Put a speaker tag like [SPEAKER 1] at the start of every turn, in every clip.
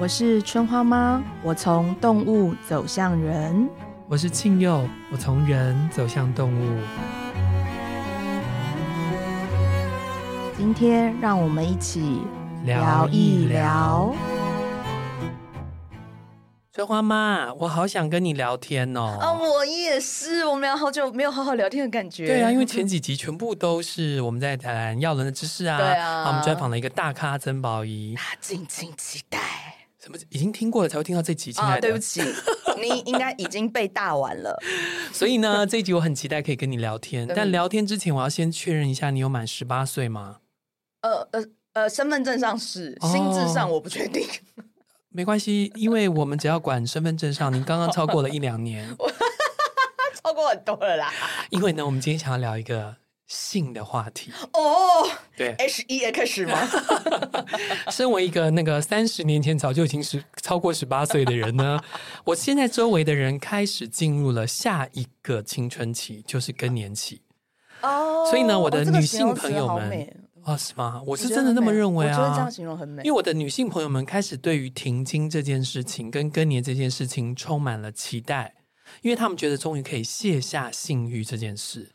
[SPEAKER 1] 我是春花妈，我从动物走向人。
[SPEAKER 2] 我是庆佑，我从人走向动物。
[SPEAKER 1] 今天让我们一起
[SPEAKER 2] 聊一聊。春花妈，我好想跟你聊天
[SPEAKER 3] 啊，
[SPEAKER 2] 哦。
[SPEAKER 3] 我也是，我们俩好久没有好好聊天的感觉。
[SPEAKER 2] 对啊，因为前几集全部都是我们在谈耀伦的知识啊，
[SPEAKER 3] 对啊
[SPEAKER 2] 我们专访了一个大咖曾 宝仪，
[SPEAKER 3] 啊敬请期待
[SPEAKER 2] 什么已经听过了才会听到这集，亲爱
[SPEAKER 3] 啊！
[SPEAKER 2] 的。
[SPEAKER 3] 对不起， 你应该已经被大完了。
[SPEAKER 2] 所以呢，这一集我很期待可以跟你聊 天，
[SPEAKER 3] 对
[SPEAKER 2] 但聊天之前我要先确认一下，你有满十八岁吗？
[SPEAKER 3] 呃呃呃，身份证上是，
[SPEAKER 2] 哦
[SPEAKER 3] 心智上我不确定。
[SPEAKER 2] 没关系，因为我们只要管身份证上，您刚刚超过了一 两年。
[SPEAKER 3] 超过很多了啦。
[SPEAKER 2] 因为呢，我们今天想要聊一个性的话 题。
[SPEAKER 3] 哦
[SPEAKER 2] 对，
[SPEAKER 3] ，H E X 吗？
[SPEAKER 2] 身为一个那个三十年前早就已经是超过十八岁的人呢， 我现在周围的人开始进入了下一个青春期，就是更年期
[SPEAKER 3] 哦，
[SPEAKER 2] 所以呢我的
[SPEAKER 3] 哦这个
[SPEAKER 2] 女
[SPEAKER 3] 形容
[SPEAKER 2] 性
[SPEAKER 3] 词
[SPEAKER 2] 朋友
[SPEAKER 3] 好
[SPEAKER 2] 们
[SPEAKER 3] 美
[SPEAKER 2] 哦，是吗？我
[SPEAKER 3] 我
[SPEAKER 2] 是
[SPEAKER 3] 觉得
[SPEAKER 2] 真的
[SPEAKER 3] 很
[SPEAKER 2] 那么
[SPEAKER 3] 美
[SPEAKER 2] 认为
[SPEAKER 3] 我觉得这
[SPEAKER 2] 啊
[SPEAKER 3] 样。形容很美，
[SPEAKER 2] 因为我的女性朋友们开始对于停经这件事情跟更年这件事情充满了期待，因为他们觉得终于可以卸下性欲这件事。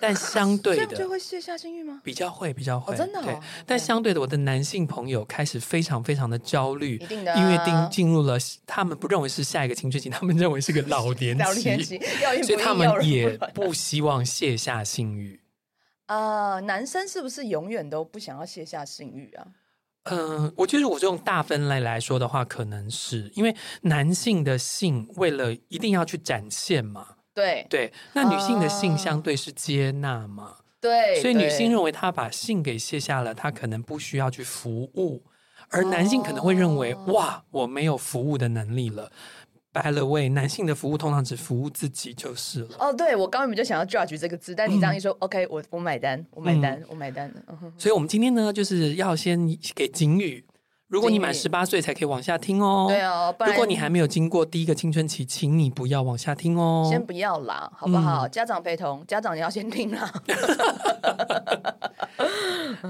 [SPEAKER 2] 但相
[SPEAKER 3] 这
[SPEAKER 2] 对
[SPEAKER 3] 样就
[SPEAKER 2] 的，
[SPEAKER 3] 会卸下性欲吗？
[SPEAKER 2] 比较会，比较会，
[SPEAKER 3] 哦真的哦
[SPEAKER 2] 对
[SPEAKER 3] ，OK，
[SPEAKER 2] 但相对的，我的男性朋友开始非常非常的焦虑
[SPEAKER 3] 一，定的啊，
[SPEAKER 2] 因为定进入了他们不认为是下一个青春期，他们认为是个 老年
[SPEAKER 3] 聊天期，
[SPEAKER 2] 期，
[SPEAKER 3] 要硬不
[SPEAKER 2] 所以他
[SPEAKER 3] 硬，要
[SPEAKER 2] 们
[SPEAKER 3] 软
[SPEAKER 2] 也
[SPEAKER 3] 不软
[SPEAKER 2] 不希望卸下性 欲。
[SPEAKER 3] 呃，男生是不是永远都不想要卸下性欲啊？
[SPEAKER 2] 嗯、我觉得我用大分类来说的话，可能是因为男性的性为了一定要去展现嘛，
[SPEAKER 3] 对
[SPEAKER 2] 对，那女性的性
[SPEAKER 3] 啊
[SPEAKER 2] 相对是接纳嘛，
[SPEAKER 3] 对，
[SPEAKER 2] 所以女
[SPEAKER 3] 对
[SPEAKER 2] 性认为她把性给卸下了，她可能不需要去服务，而男性可能会认为、
[SPEAKER 3] 哦
[SPEAKER 2] 哇，我没有服务的能力了。By the way，男性的服务通常只服务自己就是了。
[SPEAKER 3] 哦，对我刚原本就想要 judge 这个字，但你这样一说、o k 我我买单，我买单，我买单。嗯哼
[SPEAKER 2] 所以，我们今天呢，就是要先给警语。如果你满
[SPEAKER 3] 警语
[SPEAKER 2] 十八岁才可以往下听哦。
[SPEAKER 3] 对哦，不然
[SPEAKER 2] 如果你还没有经过第一个青春期，请你不要往下听哦。嗯
[SPEAKER 3] 先不要啦，好不好？家长陪同，家长你要先听啦。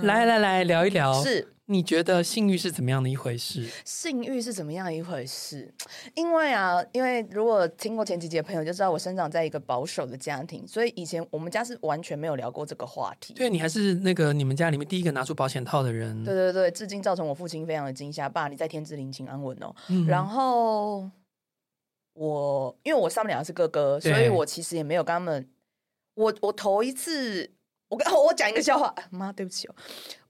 [SPEAKER 2] 来来来，聊一聊，
[SPEAKER 3] 是
[SPEAKER 2] 你觉得性欲是怎么样的一回事？
[SPEAKER 3] 性欲是怎么样一回事？因为啊，因为如果听过前几集的朋友就知道，我生长在一个保守的家庭，所以以前我们家是完全没有聊过这个话题。
[SPEAKER 2] 对你还是那个你们家里面第一个拿出保险套的人。
[SPEAKER 3] 对对对，至今造成我父亲非常的惊吓。爸，你在天之灵，请安稳哦。
[SPEAKER 2] 嗯
[SPEAKER 3] 然后我，因为我上面两个是哥哥，所以
[SPEAKER 2] 对
[SPEAKER 3] 我其实也没有跟他们。我我头一次，我跟、 我讲一个笑话，妈，对不起哦。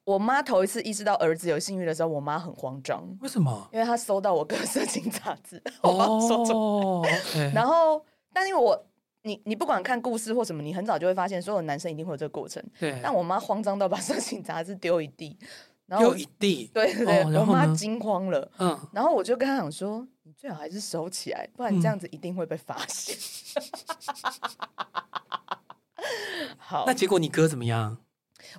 [SPEAKER 3] 我妈头一次意识到儿子有性欲的时候，我妈很慌张，
[SPEAKER 2] 为什么？
[SPEAKER 3] 因为她收到我哥色情杂志， 我妈收走。
[SPEAKER 2] 哦，OK
[SPEAKER 3] 然后，但因为我你你不管看故事或什么，你很早就会发现，所有男生一定会有这个过程。
[SPEAKER 2] 对，
[SPEAKER 3] 但我妈慌张到把色情杂志丢一地，然后
[SPEAKER 2] 又一地，
[SPEAKER 3] 对对对，
[SPEAKER 2] 哦然
[SPEAKER 3] 我
[SPEAKER 2] 后
[SPEAKER 3] 妈
[SPEAKER 2] 呢
[SPEAKER 3] 惊慌了，
[SPEAKER 2] 嗯，
[SPEAKER 3] 然后我就跟她讲说，你最好还是收起来，不然你这
[SPEAKER 2] 嗯
[SPEAKER 3] 样子一定会被发 现。好
[SPEAKER 2] 那，结果你哥怎么样？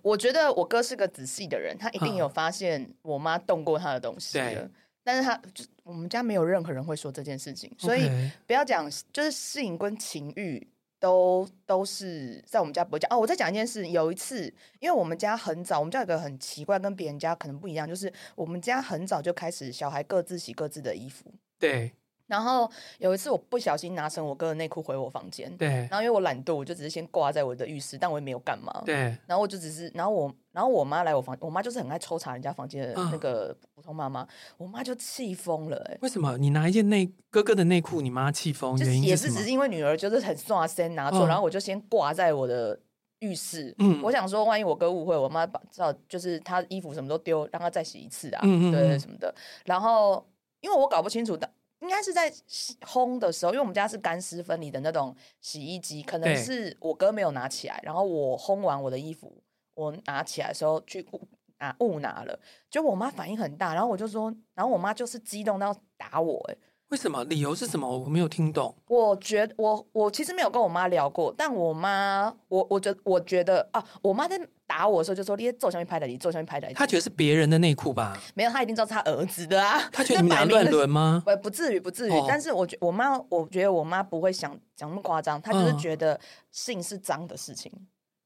[SPEAKER 3] 我觉得我哥是个仔细的人，他一定
[SPEAKER 2] 嗯
[SPEAKER 3] 有发现我妈动过他的东西
[SPEAKER 2] 对
[SPEAKER 3] 的。但是他就我们家没有任何人会说这件事情，所以
[SPEAKER 2] OK
[SPEAKER 3] 不要讲，就是性跟情欲都都是在我们家不会讲。哦，我再讲一件事，有一次，因为我们家很早，我们家有个很奇怪，跟别人家可能不一样，就是我们家很早就开始小孩各自洗各自的衣服。
[SPEAKER 2] 对
[SPEAKER 3] 然后有一次我不小心拿成我哥的内裤回我房间，
[SPEAKER 2] 对
[SPEAKER 3] 然后因为我懒惰，我就只是先挂在我的浴室，但我也没有干嘛。
[SPEAKER 2] 对，
[SPEAKER 3] 然后我就只是，然后我，然后我妈来我房，我妈就是很爱抽查人家房间的
[SPEAKER 2] 嗯
[SPEAKER 3] 那个普通妈妈，我妈就气疯了、欸，
[SPEAKER 2] 为什么你拿一件内哥哥的内裤，你妈气疯？
[SPEAKER 3] 就是
[SPEAKER 2] 原
[SPEAKER 3] 也
[SPEAKER 2] 因
[SPEAKER 3] 是
[SPEAKER 2] 什么
[SPEAKER 3] 只是？因为女儿就是很刷身拿错，
[SPEAKER 2] 嗯
[SPEAKER 3] 然后我就先挂在我的浴室，
[SPEAKER 2] 嗯
[SPEAKER 3] 我想说万一我哥误会，我妈把知道就是她衣服什么都丢，让她再洗一次啊，
[SPEAKER 2] 嗯嗯嗯
[SPEAKER 3] 对什么的，然后因为我搞不清楚的。应该是在洗烘的时候，因为我们家是干湿分离的那种洗衣机，可能
[SPEAKER 2] 对
[SPEAKER 3] 是我哥没有拿起来，然后我烘完我的衣服，我拿起来的时候去误拿误拿了，就我妈反应很大，然后我就说，然后我妈就是激动到打我、欸，
[SPEAKER 2] 为什么？理由是什么？我没有听懂。
[SPEAKER 3] 我觉得我我其实没有跟我妈聊过，但我妈我我觉我觉得啊，我妈在打我的时候就说：“你坐下面拍的，你坐下面拍的。”
[SPEAKER 2] 他觉得是别人的内 裤吧？
[SPEAKER 3] 没有，她一定知道是她儿子的 啊。
[SPEAKER 2] 他觉得你们俩
[SPEAKER 3] 那摆明了
[SPEAKER 2] 乱伦吗？
[SPEAKER 3] 不不至于不至于，
[SPEAKER 2] 哦
[SPEAKER 3] 但是我觉我妈我觉得我妈不会想讲那么夸张，她就是
[SPEAKER 2] 嗯
[SPEAKER 3] 觉得性是脏的事情，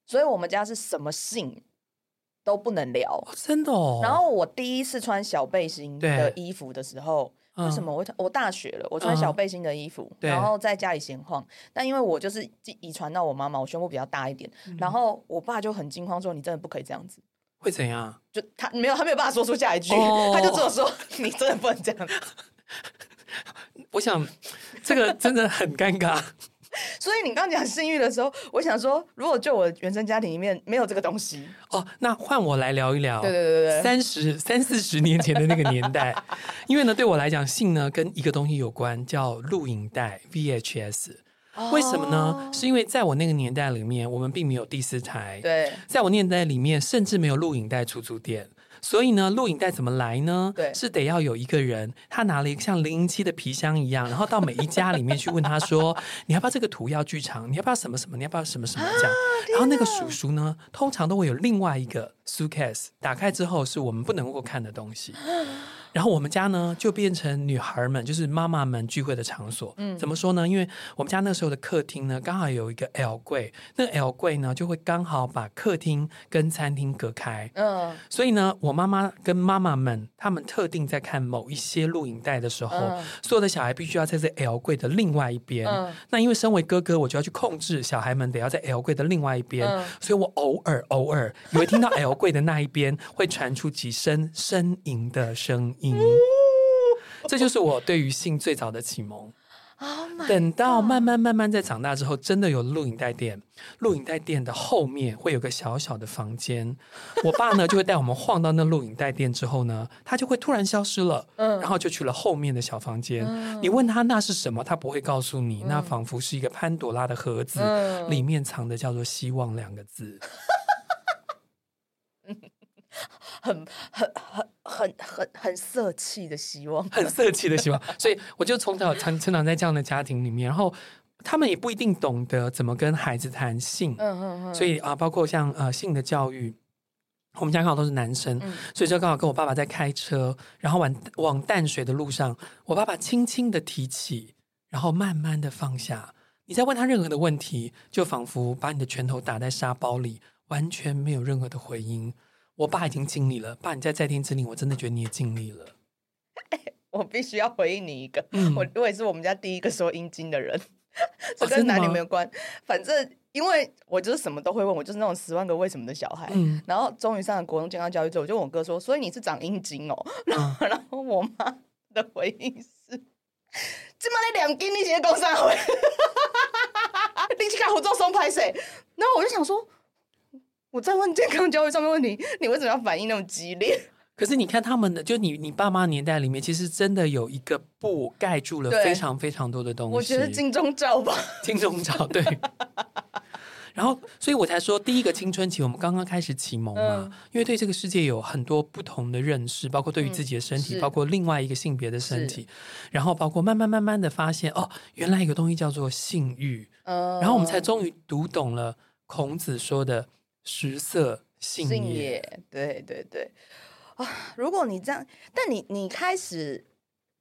[SPEAKER 3] 所以我们家是什么性都不能聊。
[SPEAKER 2] 哦真的哦。
[SPEAKER 3] 然后我第一次穿小背心
[SPEAKER 2] 对
[SPEAKER 3] 的衣服的时候，
[SPEAKER 2] 嗯
[SPEAKER 3] 为什么我我大学了，我穿
[SPEAKER 2] 嗯
[SPEAKER 3] 小背心的衣服，
[SPEAKER 2] 对
[SPEAKER 3] 然后在家里闲晃。但因为我就是遗遗传到我妈妈，我胸部比较大一点，
[SPEAKER 2] 嗯
[SPEAKER 3] 然后我爸就很惊慌说：“你真的不可以这样子。”
[SPEAKER 2] 会怎样？
[SPEAKER 3] 就他没有，他没有办法说出下一句，
[SPEAKER 2] 哦
[SPEAKER 3] 他就只有说：“你真的不能这样。
[SPEAKER 2] 我想这个真的很尴尬。”
[SPEAKER 3] 所以你刚讲性欲的时候，我想说，如果就我原生家庭里面没有这个东西，
[SPEAKER 2] 哦，那换我来聊一聊。
[SPEAKER 3] 对对对对对
[SPEAKER 2] 三十三四十年前的那个年 代，因为呢，对我来讲，性呢跟一个东西有关，叫录影带 VHS。为
[SPEAKER 3] 哦
[SPEAKER 2] 哦什么呢？是因为在我那个年代里面，我们并没有第四台，
[SPEAKER 3] 对
[SPEAKER 2] 在我年代里面，甚至没有录影带出租店。所以呢，录影带怎么来呢？
[SPEAKER 3] 对
[SPEAKER 2] 是得要有一个人，他拿了一个像零零七的皮箱一样，然后到每一家里面去问他说：“你要不要这个图要剧场？你要不要什么什么？你要不要什么什么？”这样。然后那个叔叔呢，通常都会有另外一个 suitcase，打开之后是我们不能够看的东西。然后我们家呢就变成女孩们，就是妈妈们聚会的场所。嗯，怎么说呢？因为我们家那时候的客厅呢，刚好有一个 L 柜，那 L 柜呢就会刚好把客厅跟餐厅隔开。
[SPEAKER 3] 嗯，
[SPEAKER 2] 所以呢，我妈妈跟妈妈们，她们特定在看某一些录影带的时候，
[SPEAKER 3] 嗯
[SPEAKER 2] 所有的小孩必须要在这 L 柜的另外一边。
[SPEAKER 3] 嗯
[SPEAKER 2] 那因为身为哥哥，我就要去控制小孩们得要在 L 柜的另外一边，
[SPEAKER 3] 嗯
[SPEAKER 2] 所以我偶尔偶尔也会听到 L 柜的那一边会传出几声呻吟的声音。这就是我对于性最早的启蒙。
[SPEAKER 3] Oh my
[SPEAKER 2] 等到慢慢慢慢在长大之后，真的有录影带店，录影带店的后面会有个小小的房间，我爸呢就会带我们晃到那录影带店之后呢，他就会突然消失了，
[SPEAKER 3] 嗯
[SPEAKER 2] 然后就去了后面的小房间。
[SPEAKER 3] 嗯
[SPEAKER 2] 你问他那是什么，他不会告诉你，那仿佛是一个潘朵拉的盒子，
[SPEAKER 3] 嗯
[SPEAKER 2] 里面藏的叫做希望两个字。
[SPEAKER 3] 很很很很很很色气的希望，
[SPEAKER 2] 很色气的希望， 所以我就从小成成长在这样的家庭里面，然后他们也不一定懂得怎么跟孩子谈性，
[SPEAKER 3] 嗯嗯嗯，
[SPEAKER 2] 所
[SPEAKER 3] 以
[SPEAKER 2] 以啊、包括像呃性的教育，我们家刚好都是男生，
[SPEAKER 3] 嗯
[SPEAKER 2] 所以就刚好跟我爸爸在开车，然后往往淡水的路上，我爸爸轻轻的提起，然后慢慢的放下。你在问他任何的问题，就仿佛把你的拳头打在沙包里，完全没有任何的回音。我爸已经尽力了，爸，你在在天之灵，我真的觉得你也尽力了。
[SPEAKER 3] 我必须要回应你一个，
[SPEAKER 2] 嗯
[SPEAKER 3] 我我也是我们家第一个说阴茎的人， 这
[SPEAKER 2] 哦
[SPEAKER 3] 跟
[SPEAKER 2] 真的
[SPEAKER 3] 男女
[SPEAKER 2] 吗
[SPEAKER 3] 没有关，反正因为我就是什么都会问，我就是那种十万个为什么的小孩，
[SPEAKER 2] 嗯，
[SPEAKER 3] 然后终于上了国中健康教育之后，我就问我哥说：“所以你是长阴茎哦？” 然
[SPEAKER 2] 嗯
[SPEAKER 3] 后，然后我妈的回应是：“这么你两斤，你直接工上回，你去看胡中松拍谁？”然后我就想说，我在问健康教育上面问题，你为什么要反应那么激烈？
[SPEAKER 2] 可是你看他们的，就你你爸妈年代里面，其实真的有一个布盖住了
[SPEAKER 3] 对
[SPEAKER 2] 非常非常多的东西。
[SPEAKER 3] 我觉得金钟罩吧，
[SPEAKER 2] 金钟罩对。然后，所以我才说，第一个青春期我们刚刚开始启蒙嘛，
[SPEAKER 3] 嗯
[SPEAKER 2] 因为对这个世界有很多不同的认识，包括对于自己的身
[SPEAKER 3] 嗯
[SPEAKER 2] 体，
[SPEAKER 3] 是
[SPEAKER 2] 包括另外一个性别的身
[SPEAKER 3] 是
[SPEAKER 2] 体，然后包括慢慢慢慢的发现，哦，原来有个东西叫做性欲，
[SPEAKER 3] 嗯
[SPEAKER 2] 然后我们才终于读懂了孔子说的“食色性也”
[SPEAKER 3] 信也，对对对啊！如果你这样，但你你开始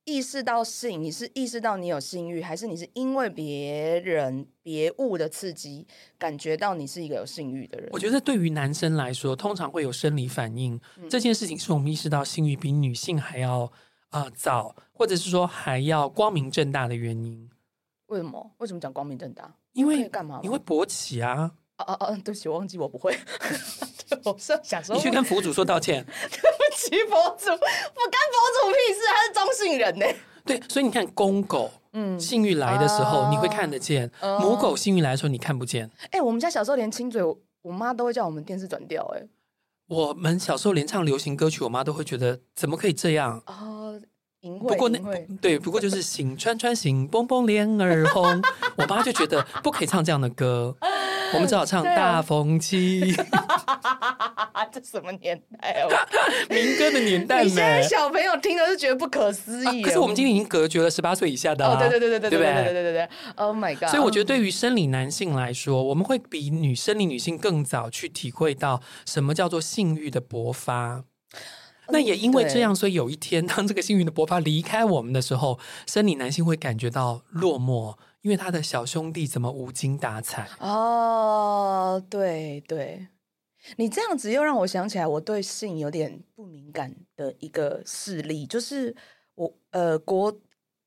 [SPEAKER 3] 意识到性，你是意识到你有性欲，还是你是因为别人别物的刺激，感觉到你是一个有性欲的人？
[SPEAKER 2] 我觉得对于男生来说，通常会有生理反应，
[SPEAKER 3] 嗯
[SPEAKER 2] 这件事情是我们意识到性欲比女性还要啊、呃早，或者是说还要光明正大的原因，
[SPEAKER 3] 为什么？为什么讲光明正大？
[SPEAKER 2] 因
[SPEAKER 3] 可以
[SPEAKER 2] 为
[SPEAKER 3] 干嘛吗？
[SPEAKER 2] 你会勃起啊，
[SPEAKER 3] 啊啊啊！对不起，我忘记我不会。 对我是想说，
[SPEAKER 2] 你去跟府主说 道歉。
[SPEAKER 3] 对不起博主，我干博主屁事，他是中性人呢。
[SPEAKER 2] 对，所以你看公狗。
[SPEAKER 3] 嗯，
[SPEAKER 2] 性欲来的时候
[SPEAKER 3] 哦
[SPEAKER 2] 你会看得见，
[SPEAKER 3] 哦
[SPEAKER 2] 母狗性欲来的时候你看不见。
[SPEAKER 3] 哎、我们家小时候连亲嘴，我我妈都会叫我们电视转掉、哎。
[SPEAKER 2] 我们小时候连唱流行歌曲，我妈都会觉得怎么可以这样。
[SPEAKER 3] 哦，淫秽，
[SPEAKER 2] 不过那
[SPEAKER 3] 淫秽
[SPEAKER 2] 对，不过就是行穿穿行，蹦蹦脸儿红。我妈就觉得不可以唱这样的歌，我们只好唱
[SPEAKER 3] 对
[SPEAKER 2] 《
[SPEAKER 3] 啊
[SPEAKER 2] 大风起》
[SPEAKER 3] 这什么年 代哦？
[SPEAKER 2] 民歌的年代
[SPEAKER 3] 你现在
[SPEAKER 2] 美。
[SPEAKER 3] 小朋友听的是觉得不可思
[SPEAKER 2] 啊
[SPEAKER 3] 议耶、
[SPEAKER 2] 可是我们今天已经隔绝了十八岁以下的、啊，
[SPEAKER 3] 哦，对对对对对
[SPEAKER 2] 对
[SPEAKER 3] 对
[SPEAKER 2] 不
[SPEAKER 3] 对对对对对，Oh my god！
[SPEAKER 2] 所以我觉得，对于生理男性来说，我们会比女生理女性更早去体会到什么叫做性欲的勃发。那也因为这样，所以有一天，当这个性欲的勃发离开我们的时候，生理男性会感觉到落寞，因为他的小兄弟怎么无精打采。
[SPEAKER 3] 哦，对对，你这样子又让我想起来，我对性有点不敏感的一个事例，就是我呃国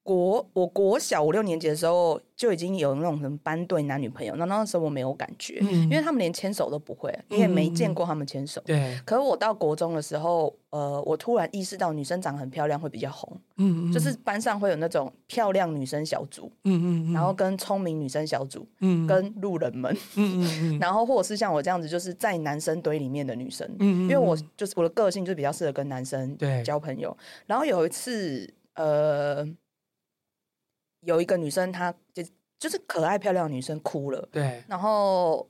[SPEAKER 3] 国我国小五六年级的时候就已经有那种什么班对男女朋友，那那时候我没有感觉，
[SPEAKER 2] 嗯
[SPEAKER 3] 因为他们连牵手都不会，你也没见过他们牵手。
[SPEAKER 2] 对，
[SPEAKER 3] 可是我到国中的时候，呃，我突然意识到女生长得很漂亮会比较红，
[SPEAKER 2] 嗯，嗯
[SPEAKER 3] 就是班上会有那种漂亮女生小组，
[SPEAKER 2] 嗯嗯嗯，
[SPEAKER 3] 然后跟聪明女生小组，
[SPEAKER 2] 嗯
[SPEAKER 3] 跟路人们，
[SPEAKER 2] 嗯嗯嗯
[SPEAKER 3] 然后或者是像我这样子，就是在男生堆里面的女生，
[SPEAKER 2] 嗯，
[SPEAKER 3] 因为我就是我的个性就比较适合跟男生
[SPEAKER 2] 对
[SPEAKER 3] 交朋友。然后有一次，呃，有一个女生她就就是可爱漂亮的女生哭了，
[SPEAKER 2] 对
[SPEAKER 3] 然后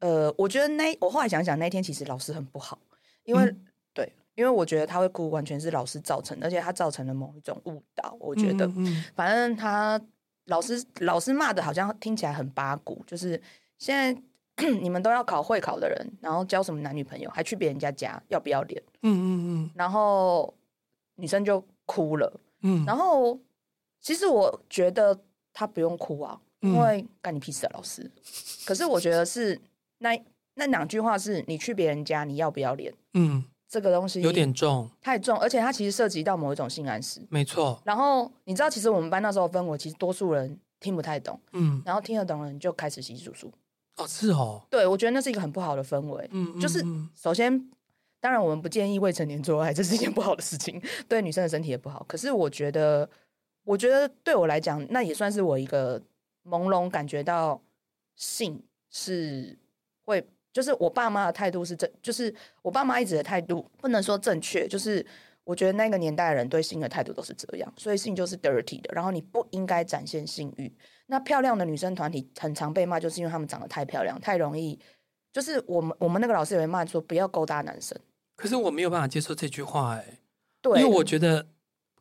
[SPEAKER 3] 呃，我觉得那我后来想想那天其实老师很不好，因为、
[SPEAKER 2] 嗯
[SPEAKER 3] 对，因为我觉得她会哭完全是老师造成的，而且她造成了某一种误导，我觉得。
[SPEAKER 2] 嗯嗯
[SPEAKER 3] 反正他老师老师骂的好像听起来很八股，就是现在 你们都要考会考的人，然后交什么男女朋友，还去别人家家，要不要脸？
[SPEAKER 2] 嗯嗯
[SPEAKER 3] 然后女生就哭了。
[SPEAKER 2] 嗯，
[SPEAKER 3] 然后其实我觉得他不用哭啊，
[SPEAKER 2] 嗯
[SPEAKER 3] 因为干你屁事啊，老师。可是我觉得是那那两句话是你去别人家，你要不要脸？
[SPEAKER 2] 嗯
[SPEAKER 3] 这个东西
[SPEAKER 2] 有点重，
[SPEAKER 3] 太重，而且它其实涉及到某一种性暗示。
[SPEAKER 2] 没错，
[SPEAKER 3] 然后你知道，其实我们班那时候的氛围，其实多数人听不太懂，
[SPEAKER 2] 嗯
[SPEAKER 3] 然后听得懂的人就开始洗洗簌簌。
[SPEAKER 2] 哦是哦，
[SPEAKER 3] 对，我觉得那是一个很不好的氛围。
[SPEAKER 2] 嗯
[SPEAKER 3] 就是首先，当然我们不建议未成年做爱，这是一件不好的事情， 对女生的身体也不好。可是我觉得，我觉得对我来讲，那也算是我一个朦胧感觉到性是会，就是我爸妈的态度是正，就是我爸妈一直的态度不能说正确，就是。我觉得那个年代的人对性的态度都是这样，所以性就是 dirty 的，然后你不应该展现性欲。那漂亮的女生团体很常被骂，就是因为她们长得太漂亮，太容易就是我们我们那个老师也会骂说不要勾搭男生，
[SPEAKER 2] 可是我没有办法接受这句话哎，
[SPEAKER 3] 对，
[SPEAKER 2] 因为我觉得。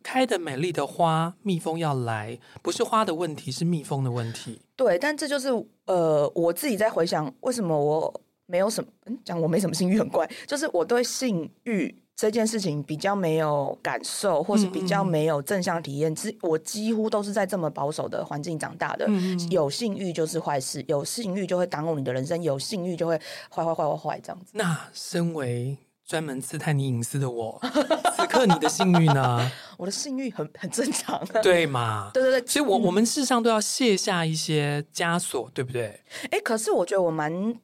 [SPEAKER 2] 开的美丽的花，蜜蜂要来，不是花的问题，是蜜蜂的问题。
[SPEAKER 3] 对，但这就是呃我自己在回想为什么我没有什么嗯讲我没什么性欲很怪，就是我对性欲这件事情比较没有感受，或是比较
[SPEAKER 2] 嗯嗯嗯
[SPEAKER 3] 没有正向体验，之我几乎都是在这么保守的环境长大的，
[SPEAKER 2] 嗯
[SPEAKER 3] 有性欲就是坏事，有性欲就会耽误你的人生，有性欲就会坏坏坏坏坏这样子。
[SPEAKER 2] 那身为专门刺探你隐私的我，此刻你的性欲呢？
[SPEAKER 3] 我的性欲很很正常、啊
[SPEAKER 2] 对嘛？
[SPEAKER 3] 对对对，
[SPEAKER 2] 所以我，我们事实上都要卸下一些枷锁，对不对？
[SPEAKER 3] 哎、可是我觉得我蛮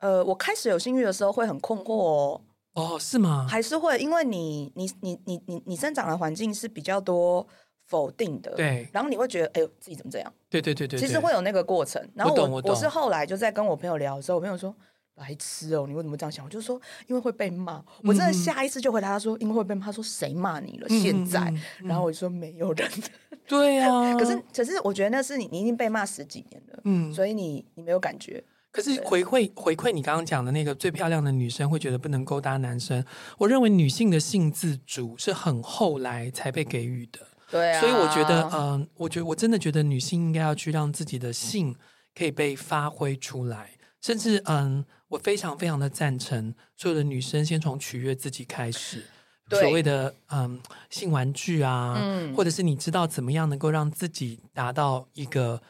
[SPEAKER 3] 呃，我开始有性欲的时候会很困惑哦。
[SPEAKER 2] 哦，是吗？
[SPEAKER 3] 还是会，因为你你你你你你生长的环境是比较多否定的，。
[SPEAKER 2] 对，
[SPEAKER 3] 然后你会觉得，哎呦，自己怎么这样？
[SPEAKER 2] 对对对对，
[SPEAKER 3] 其实
[SPEAKER 2] 对
[SPEAKER 3] 会有那个过程。然后
[SPEAKER 2] 我
[SPEAKER 3] 我
[SPEAKER 2] 懂我懂
[SPEAKER 3] 是后来就在跟我朋友聊的时候，我朋友说：“白痴哦，你为什么这样想？”我就说：“因为会被骂。”我真的
[SPEAKER 2] 嗯
[SPEAKER 3] 下意识就回答他说：“因为会被骂。”他说：“谁骂你了？
[SPEAKER 2] 嗯
[SPEAKER 3] 现
[SPEAKER 2] 嗯
[SPEAKER 3] 在？”
[SPEAKER 2] 嗯嗯
[SPEAKER 3] 然后我就说：“没有人。
[SPEAKER 2] 对啊。
[SPEAKER 3] 可是，可是我觉得那是你，你已经被骂十几年了，
[SPEAKER 2] 嗯，
[SPEAKER 3] 所以你你没有感觉。
[SPEAKER 2] 可是回馈回馈你刚刚讲的那个最漂亮的女生会觉得不能勾搭男生，我认为女性的性自主是很后来才被给予的，
[SPEAKER 3] 对啊，
[SPEAKER 2] 所以我觉得，嗯、我觉得我真的觉得女性应该要去让自己的性可以被发挥出来，甚至嗯，我非常非常的赞成所有的女生先从取悦自己开始。
[SPEAKER 3] 对
[SPEAKER 2] 所谓的嗯性玩具啊，
[SPEAKER 3] 嗯
[SPEAKER 2] 或者是你知道怎么样能够让自己达到一个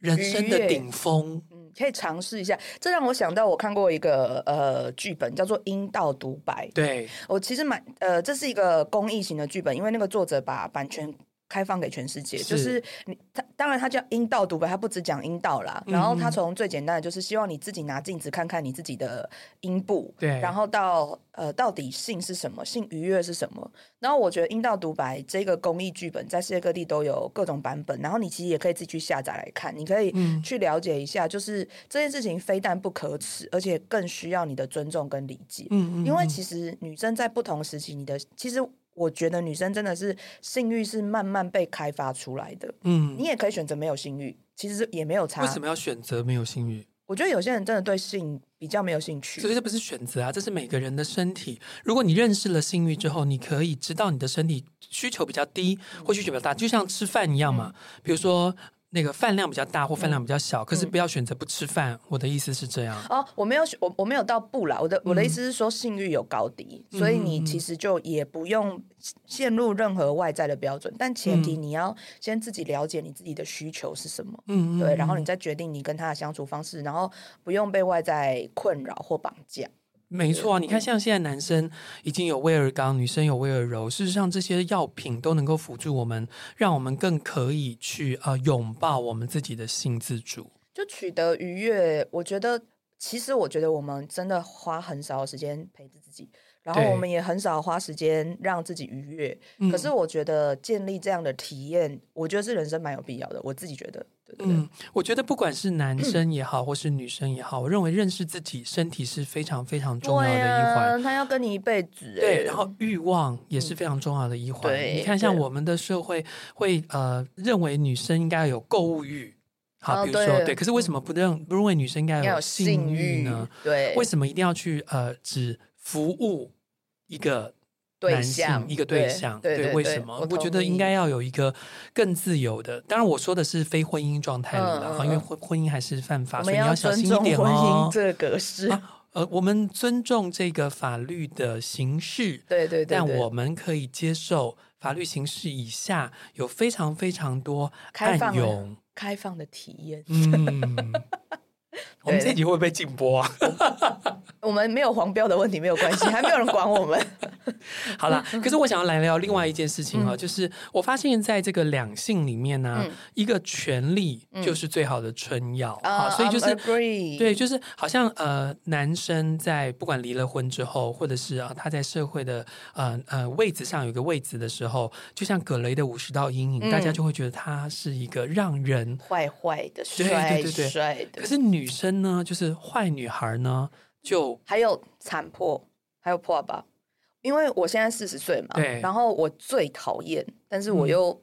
[SPEAKER 2] 人生
[SPEAKER 3] 愉悦
[SPEAKER 2] 的顶峰，
[SPEAKER 3] 嗯，可以尝试一下。这让我想到，我看过一个呃剧本，叫做《阴道独白》。
[SPEAKER 2] 对，
[SPEAKER 3] 我其实蛮呃，这是一个公益型的剧本，因为那个作者把版权开放给全世界，就是是你他当然他叫阴道独白，他不只讲阴道
[SPEAKER 2] 嗯
[SPEAKER 3] 啦，然后他从最简单的就是希望你自己拿镜子看看你自己的阴部，
[SPEAKER 2] 对
[SPEAKER 3] 然后到呃到底性是什么，性愉悦是什么。然后我觉得《阴道独白》这个公益剧本在世界各地都有各种版本，然后你其实也可以自己去下载来看，你可以
[SPEAKER 2] 嗯
[SPEAKER 3] 去了解一下，就是这件事情非但不可耻，而且更需要你的尊重跟理解。
[SPEAKER 2] 嗯
[SPEAKER 3] 因为其实女生在不同时期，你的其实我觉得女生真的是性欲是慢慢被开发出来的。
[SPEAKER 2] 嗯
[SPEAKER 3] 你，也可以选择没有性欲，其实也没有差。
[SPEAKER 2] 为什么要选择没有性欲？
[SPEAKER 3] 我觉得有些人真的对性比较没有兴趣
[SPEAKER 2] 所。以这不是选择啊，这是每个人的身体。如果你认识了性欲之后，你可以知道你的身体需求比较低或需求比较大，就像吃饭一样嘛。比如说那个饭量比较大或饭量比较小，可是不要选择不吃饭。我的意思是这样。
[SPEAKER 3] 哦，我没有选，我我没有到不啦。我的我的意
[SPEAKER 2] 嗯
[SPEAKER 3] 思是说，性欲有高低，所以你其实就也不用陷入任何外在的标准，但前提你要先自己了解你自己的需求是什么，
[SPEAKER 2] 嗯
[SPEAKER 3] 对，然后你再决定你跟他的相处方式，然后不用被外在困扰或绑架。
[SPEAKER 2] 没错啊，你看，像现在男生已经有威尔刚，女生有威尔柔，事实上这些药品都能够辅助我们，让我们更可以去呃拥抱我们自己的性自主。
[SPEAKER 3] 就取得愉悦，我觉得其实我觉得我们真的花很少的时间陪着自己，然后
[SPEAKER 2] 对
[SPEAKER 3] 我们也很少花时间让自己愉悦。
[SPEAKER 2] 嗯
[SPEAKER 3] 可是我觉得建立这样的体验，我觉得是人生蛮有必要的。我自己觉得，对对对，
[SPEAKER 2] 嗯，我觉得不管是男生也好，或是女生也好，我认为认识自己身体是非常非常重要的
[SPEAKER 3] 对
[SPEAKER 2] 一环。
[SPEAKER 3] 啊，他要跟你一辈子、欸。
[SPEAKER 2] 对，然后欲望也是非常重要的一环。
[SPEAKER 3] 对
[SPEAKER 2] 你看，像
[SPEAKER 3] 对
[SPEAKER 2] 我们的社会会呃认为女生应该有购物欲，好，
[SPEAKER 3] 哦
[SPEAKER 2] 比如说、
[SPEAKER 3] 对
[SPEAKER 2] 对，可是为什么不认不认为女生应该
[SPEAKER 3] 要
[SPEAKER 2] 有
[SPEAKER 3] 有
[SPEAKER 2] 性
[SPEAKER 3] 性
[SPEAKER 2] 欲呢？？
[SPEAKER 3] 对，
[SPEAKER 2] 为什么一定要去呃只服务一个
[SPEAKER 3] 对
[SPEAKER 2] 男性
[SPEAKER 3] 象
[SPEAKER 2] 一个对象？
[SPEAKER 3] 对对，
[SPEAKER 2] 为
[SPEAKER 3] 对
[SPEAKER 2] 什么？
[SPEAKER 3] 我
[SPEAKER 2] 我觉
[SPEAKER 3] 同
[SPEAKER 2] 得
[SPEAKER 3] 意
[SPEAKER 2] 应该要有一个更自由的。当然，我说的是非婚姻状态里了，
[SPEAKER 3] 嗯
[SPEAKER 2] 哈
[SPEAKER 3] 嗯
[SPEAKER 2] 因为
[SPEAKER 3] 嗯
[SPEAKER 2] 婚婚姻还是犯法，
[SPEAKER 3] 我
[SPEAKER 2] 所
[SPEAKER 3] 们
[SPEAKER 2] 以你要
[SPEAKER 3] 要
[SPEAKER 2] 小
[SPEAKER 3] 尊
[SPEAKER 2] 心一
[SPEAKER 3] 重婚
[SPEAKER 2] 点哦
[SPEAKER 3] 姻。这个是，
[SPEAKER 2] 啊呃，我们尊重这个法律的形式，
[SPEAKER 3] 对对对
[SPEAKER 2] 但
[SPEAKER 3] 对
[SPEAKER 2] 我们可以接受法律形式以下有非常非常多
[SPEAKER 3] 开
[SPEAKER 2] 暗
[SPEAKER 3] 放
[SPEAKER 2] 涌
[SPEAKER 3] 的。开放的体验。
[SPEAKER 2] 嗯，我们这集会不会禁播啊？
[SPEAKER 3] 我们没有黄标的问题，没有关系，还没有人管我们。
[SPEAKER 2] 好啦，可是我想要来聊另外一件事情啊，
[SPEAKER 3] 嗯
[SPEAKER 2] 就是我发现在这个两性里面呢、
[SPEAKER 3] 嗯
[SPEAKER 2] 一个权利
[SPEAKER 3] 嗯
[SPEAKER 2] 就是最好的春药啊，
[SPEAKER 3] 啊，
[SPEAKER 2] 所以就是
[SPEAKER 3] I'm agree
[SPEAKER 2] 对，就是好像呃，男生在不管离了婚之后，或者是啊、他在社会的呃呃位置上有个位置的时候，就像葛雷的五十道阴影，大家
[SPEAKER 3] 嗯
[SPEAKER 2] 就会觉得他是一个让人。
[SPEAKER 3] 坏坏的、
[SPEAKER 2] 对对
[SPEAKER 3] 帅
[SPEAKER 2] 对对
[SPEAKER 3] 帅的
[SPEAKER 2] 可，是女生呢，就是坏女孩呢，就
[SPEAKER 3] 还有残破，还有破吧。因为我现在四十岁嘛
[SPEAKER 2] 对，嗯
[SPEAKER 3] 然后我最讨厌，但是我又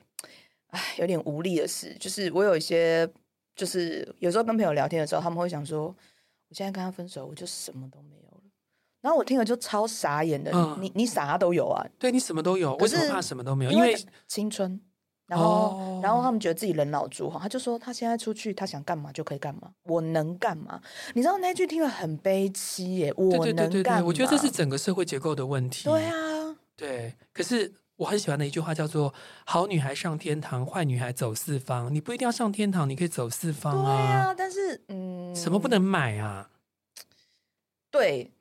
[SPEAKER 3] 唉有点无力的事，就是我有一些，就是有时候跟朋友聊天的时候，他们会想说，我现在跟他分手，我就什么都没有了。然后我听了就超傻眼的，
[SPEAKER 2] 嗯
[SPEAKER 3] 你你啥都有啊，
[SPEAKER 2] 对你什么都有，为
[SPEAKER 3] 可
[SPEAKER 2] 什么
[SPEAKER 3] 是
[SPEAKER 2] 怕什么都没有？因为
[SPEAKER 3] 青春。然后，
[SPEAKER 2] 哦
[SPEAKER 3] 然后他们觉得自己人老珠黄，他就说他现在出去，他想干嘛就可以干嘛，我能干嘛？你知道那句听了很悲戚耶，
[SPEAKER 2] 对
[SPEAKER 3] 我
[SPEAKER 2] 对对
[SPEAKER 3] 能
[SPEAKER 2] 对
[SPEAKER 3] 干
[SPEAKER 2] 对，
[SPEAKER 3] 嘛？
[SPEAKER 2] 我觉得这是整个社会结构的问题。
[SPEAKER 3] 对啊，
[SPEAKER 2] 对，可是我很喜欢的一句话叫做“好女孩上天堂，坏女孩走四方”。你不一定要上天堂，你可以走四
[SPEAKER 3] 对
[SPEAKER 2] 方啊。
[SPEAKER 3] 啊，但嗯是嗯，
[SPEAKER 2] 什么不能买啊？
[SPEAKER 3] 对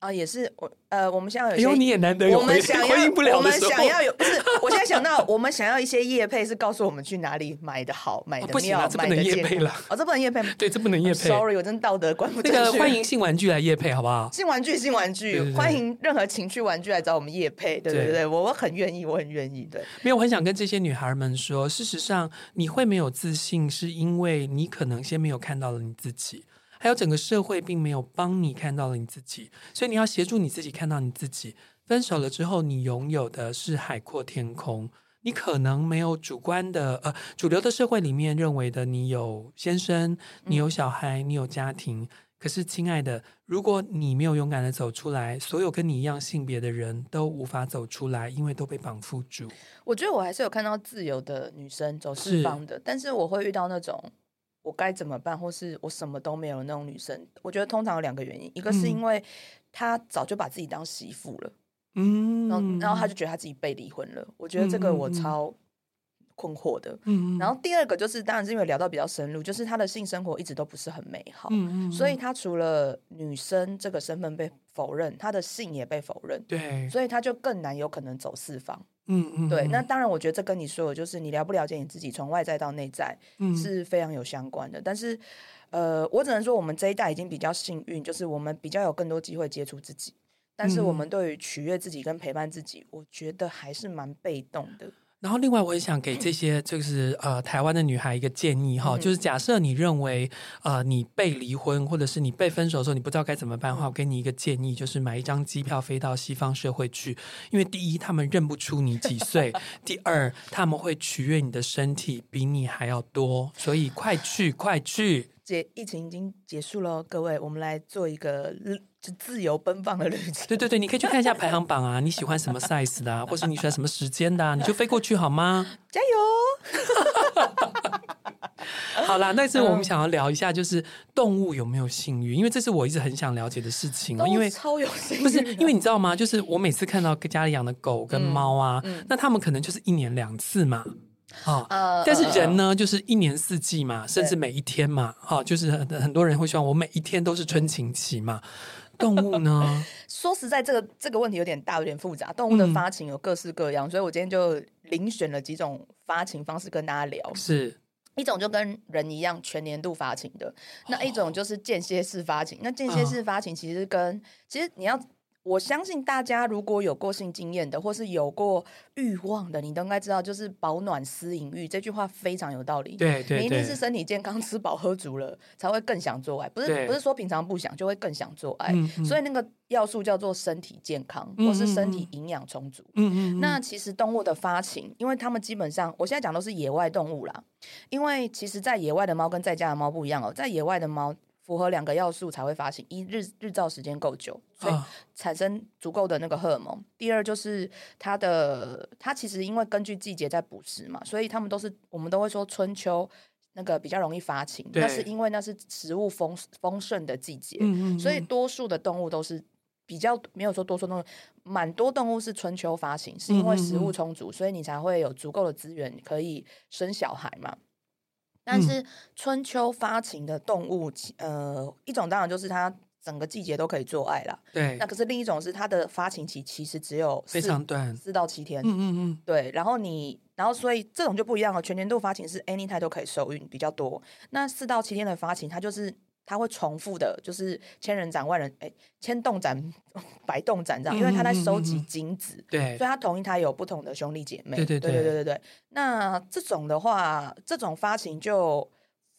[SPEAKER 3] 啊？也是我呃，我们现在有
[SPEAKER 2] 哎
[SPEAKER 3] 一些
[SPEAKER 2] 呦，你也难得有
[SPEAKER 3] 我
[SPEAKER 2] 回
[SPEAKER 3] 们 想
[SPEAKER 2] 回
[SPEAKER 3] 要
[SPEAKER 2] 应不了
[SPEAKER 3] 我
[SPEAKER 2] 的
[SPEAKER 3] 们
[SPEAKER 2] 时候，
[SPEAKER 3] 想要有不是？我现在想到，我们想要一些业配是告诉我们去哪里买的好，买
[SPEAKER 2] 哦
[SPEAKER 3] 的
[SPEAKER 2] 不行
[SPEAKER 3] 妙，
[SPEAKER 2] 啊，这不
[SPEAKER 3] 买
[SPEAKER 2] 能
[SPEAKER 3] 的
[SPEAKER 2] 夜
[SPEAKER 3] 健
[SPEAKER 2] 配
[SPEAKER 3] 康。
[SPEAKER 2] 了，
[SPEAKER 3] 哦，这不能业配吗。
[SPEAKER 2] 对，这不能夜配。
[SPEAKER 3] Sorry，我真的道德观不
[SPEAKER 2] 那
[SPEAKER 3] 正
[SPEAKER 2] 个
[SPEAKER 3] 确
[SPEAKER 2] 欢迎性玩具来夜配，好不好？
[SPEAKER 3] 性玩具，性玩具，
[SPEAKER 2] 对对对
[SPEAKER 3] 欢迎任何情趣玩具来找我们叶配，对对
[SPEAKER 2] 对
[SPEAKER 3] 对，我我很愿意，我很愿意，对，
[SPEAKER 2] 没有，我很想跟这些女孩们说，事实上你会没有自信，是因为你可能先没有看到了你自己。还有整个社会并没有帮你看到了你自己，所以你要协助你自己看到你自己。分手了之后，你拥有的是海阔天空。你可能没有主观的呃，主流的社会里面认为的，你有先生，你有小孩，你有家庭。可是，亲爱的，如果你没有勇敢的走出来，所有跟你一样性别的人都无法走出来，因为都被绑缚住。
[SPEAKER 3] 我觉得我还是有看到自由的女生走
[SPEAKER 2] 是
[SPEAKER 3] 四方的，但是我会遇到那种我该怎么办，或是我什么都没有的那种女生，我觉得通常有两个原因，一个是因
[SPEAKER 2] 嗯
[SPEAKER 3] 为她早就把自己当媳妇了，
[SPEAKER 2] 嗯，
[SPEAKER 3] 然后然后她就觉得她自己被离婚了，我觉得这个我
[SPEAKER 2] 嗯嗯嗯
[SPEAKER 3] 超困惑的。
[SPEAKER 2] 嗯，嗯
[SPEAKER 3] 然后第二个就是，当然是因为聊到比较深入，就是她的性生活一直都不是很美好，
[SPEAKER 2] 嗯嗯，
[SPEAKER 3] 所以
[SPEAKER 2] 嗯
[SPEAKER 3] 她除了女生这个身份被否认，她的性也被否认，
[SPEAKER 2] 对，
[SPEAKER 3] 所以她就更难有可能走四方。
[SPEAKER 2] 嗯嗯，
[SPEAKER 3] 对，
[SPEAKER 2] 嗯
[SPEAKER 3] 那当然，我觉得这跟你说的就是你了不了解你自己，从外在到内在
[SPEAKER 2] 嗯
[SPEAKER 3] 是非常有相关的。但是，呃，我只能说我们这一代已经比较幸运，就是我们比较有更多机会接触自己。但是我
[SPEAKER 2] 嗯
[SPEAKER 3] 们对于取悦自己跟陪伴自己，我觉得还是蛮被动的。
[SPEAKER 2] 然后，另外我也想给这些就是呃台湾的女孩一个建议哈，
[SPEAKER 3] 嗯
[SPEAKER 2] 就是假设你认为呃你被离婚或者是你被分手的时候，你不知道该怎么办的话，我给你一个建议，就是买一张机票飞到西方社会去，因为第一他们认不出你几 岁，第二他们会取悦你的身体比你还要多，所以快去快去。
[SPEAKER 3] 解疫情已经结束了，哦各位，我们来做一个旅就自由奔放的旅
[SPEAKER 2] 对
[SPEAKER 3] 程。
[SPEAKER 2] 对对，你可以去看一下排行榜啊， 你喜欢什么 size 的、啊，或是你喜欢什么时间的、啊，你就飞过去 好吗？
[SPEAKER 3] 加油！
[SPEAKER 2] 好啦，那次我们想要聊一下，就是动物有没有性欲，因为这是我一直很想了解的事情哦。因为
[SPEAKER 3] 都超有兴趣的，
[SPEAKER 2] 不是因为你知道吗？就是我每次看到家里养的狗跟猫啊，那它们可能就是一年两次嘛，啊、
[SPEAKER 3] 嗯呃，
[SPEAKER 2] 但是
[SPEAKER 3] 呃
[SPEAKER 2] 人呢，就是一年四季哦嘛，甚至每一天嘛，哈、就是很很多人会希望我每一天都是春晴期嘛。动物 呢？
[SPEAKER 3] 呃说实在，这个这个问题有点大，有点复杂。动物
[SPEAKER 2] 嗯
[SPEAKER 3] 的发情有各式各样，所以我今天就遴选了几种发情方式跟大家聊。
[SPEAKER 2] 是
[SPEAKER 3] 一种就跟人一样全年度发情的，那一种就是间歇式发情。那间
[SPEAKER 2] 嗯
[SPEAKER 3] 歇式发情其实跟、其实你要。我相信大家如果有过性经验的，或是有过欲望的，你都应该知道，就是“保暖思淫欲”这句话非常有道理。
[SPEAKER 2] 对
[SPEAKER 3] 你
[SPEAKER 2] 对
[SPEAKER 3] 一定是
[SPEAKER 2] 对，
[SPEAKER 3] 身体健康、吃饱喝足了，才会更想做爱。不
[SPEAKER 2] 对
[SPEAKER 3] 是不是说平常不想，就会更想做爱。
[SPEAKER 2] 嗯嗯
[SPEAKER 3] 所以那个要素叫做身体健康，
[SPEAKER 2] 嗯
[SPEAKER 3] 或是身
[SPEAKER 2] 嗯
[SPEAKER 3] 体营养充足。
[SPEAKER 2] 嗯嗯嗯，
[SPEAKER 3] 那其实动物的发情，因为它们基本上，我现在讲都是野外动物啦。因为其实，在野外的猫跟在家的猫不一样哦，在野外的猫符合两个要素才会发情：一日日照时间够久，所以
[SPEAKER 2] 啊
[SPEAKER 3] 产生足够的那个荷尔蒙；第二就是它的它其实因为根据季节在捕食嘛，所以它们都是我们都会说春秋那个比较容易发情，
[SPEAKER 2] 对
[SPEAKER 3] 那是因为那是食物丰丰盛的季节。
[SPEAKER 2] 嗯嗯，
[SPEAKER 3] 所以
[SPEAKER 2] 嗯
[SPEAKER 3] 多数的动物都是比较没有说多数动物，蛮多动物是春秋发情，是因为食
[SPEAKER 2] 嗯嗯
[SPEAKER 3] 物
[SPEAKER 2] 嗯
[SPEAKER 3] 充足，所以你才会有足够的资源可以生小孩嘛。
[SPEAKER 2] 嗯
[SPEAKER 3] 但是春秋发情的动物，其呃，一种当然就是它整个季节都可以做爱啦。
[SPEAKER 2] 对
[SPEAKER 3] 那可是另一种是它的发情期其实只有
[SPEAKER 2] 非
[SPEAKER 3] 四
[SPEAKER 2] 常短，
[SPEAKER 3] 四到七天，
[SPEAKER 2] 嗯嗯嗯，
[SPEAKER 3] 对，然后你，然后所以这种就不一样了。全年度发情是 anytime 都可以受孕比较多，那四到七天的发情，它就是它会重复的，就是千人斩、万人哎，千动斩、百动斩这样，因为它在收
[SPEAKER 2] 嗯嗯
[SPEAKER 3] 集
[SPEAKER 2] 嗯嗯嗯
[SPEAKER 3] 精子，
[SPEAKER 2] 对
[SPEAKER 3] 所以它同一胎有不同的兄弟姐妹。
[SPEAKER 2] 对对
[SPEAKER 3] 对
[SPEAKER 2] 对
[SPEAKER 3] 对对对对那这种的话，这种发情就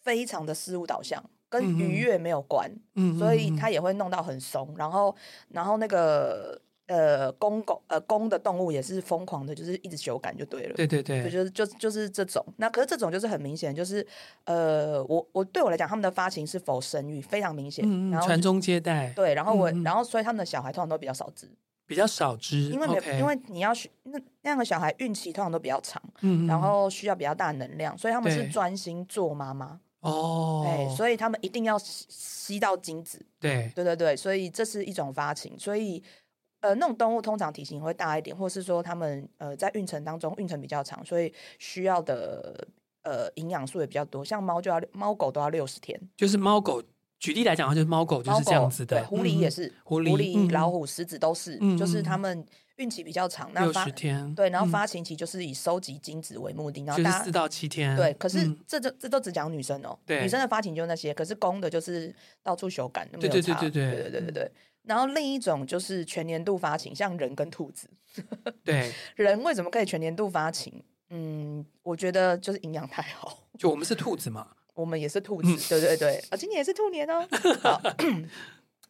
[SPEAKER 3] 非常的事物导向，
[SPEAKER 2] 嗯
[SPEAKER 3] 跟
[SPEAKER 2] 嗯
[SPEAKER 3] 愉悦没有关。
[SPEAKER 2] 嗯，
[SPEAKER 3] 所
[SPEAKER 2] 嗯
[SPEAKER 3] 以
[SPEAKER 2] 嗯
[SPEAKER 3] 它也会弄到很松。然后，然后那个呃公狗呃公的动物也是疯狂的，就是一直修改就对了。
[SPEAKER 2] 对对对
[SPEAKER 3] 对，，就是就就是这种。那可是这种就是很明显，就是呃，我我对我来讲，他们的发情是否生育非常明显。
[SPEAKER 2] 嗯嗯，
[SPEAKER 3] 然后
[SPEAKER 2] 传宗接代，
[SPEAKER 3] 对，然后我、
[SPEAKER 2] 嗯嗯
[SPEAKER 3] 然后所以他们的小孩通常都比较少知，
[SPEAKER 2] 比较少知，
[SPEAKER 3] 因为没有
[SPEAKER 2] OK
[SPEAKER 3] 因为你要学那那样的小孩孕期通常都比较长，
[SPEAKER 2] 嗯嗯
[SPEAKER 3] 然
[SPEAKER 2] 嗯
[SPEAKER 3] 后需要比较大的能量，所以他们是
[SPEAKER 2] 对
[SPEAKER 3] 专心做妈妈，
[SPEAKER 2] 哦，
[SPEAKER 3] 哎、所以他们一定要吸吸到精子。
[SPEAKER 2] 对
[SPEAKER 3] 对对对，所以这是一种发情，所以呃，那种动物通常体型会大一点，或是说它们呃在孕程当中孕程比较长，所以需要的呃营养素也比较多。像猫就要猫狗都要六十天，
[SPEAKER 2] 就是猫狗，举例来讲，就是猫狗就
[SPEAKER 3] 猫
[SPEAKER 2] 是这样
[SPEAKER 3] 狗
[SPEAKER 2] 子
[SPEAKER 3] 对
[SPEAKER 2] 的，
[SPEAKER 3] 狐狸也是，
[SPEAKER 2] 狐狸
[SPEAKER 3] 狐
[SPEAKER 2] 嗯嗯
[SPEAKER 3] 狸、老虎、狮子都是，
[SPEAKER 2] 嗯
[SPEAKER 3] 就是它
[SPEAKER 2] 嗯嗯
[SPEAKER 3] 们孕期比较长，那
[SPEAKER 2] 嗯六
[SPEAKER 3] 发
[SPEAKER 2] 十天，
[SPEAKER 3] 对，然后
[SPEAKER 2] 嗯
[SPEAKER 3] 发情期就是以收集精子为目的，然后
[SPEAKER 2] 就是
[SPEAKER 3] 大
[SPEAKER 2] 四
[SPEAKER 3] 家。
[SPEAKER 2] 到七天，
[SPEAKER 3] 对，可是
[SPEAKER 2] 嗯
[SPEAKER 3] 这这这都只讲女生哦，
[SPEAKER 2] 对
[SPEAKER 3] 女生的发情就那些，可是公的就是到处修改，
[SPEAKER 2] 对
[SPEAKER 3] 没有
[SPEAKER 2] 对对
[SPEAKER 3] 差
[SPEAKER 2] 对对
[SPEAKER 3] 对对对对对。然后另一种就是全年度发情，像人跟兔子，
[SPEAKER 2] 对，
[SPEAKER 3] 人为什么可以全年度发情？嗯，我觉得就是营养太好，
[SPEAKER 2] 就我们是兔子嘛，
[SPEAKER 3] 我们也是兔
[SPEAKER 2] 嗯
[SPEAKER 3] 子，对对对，啊，今年也是兔年 哦。好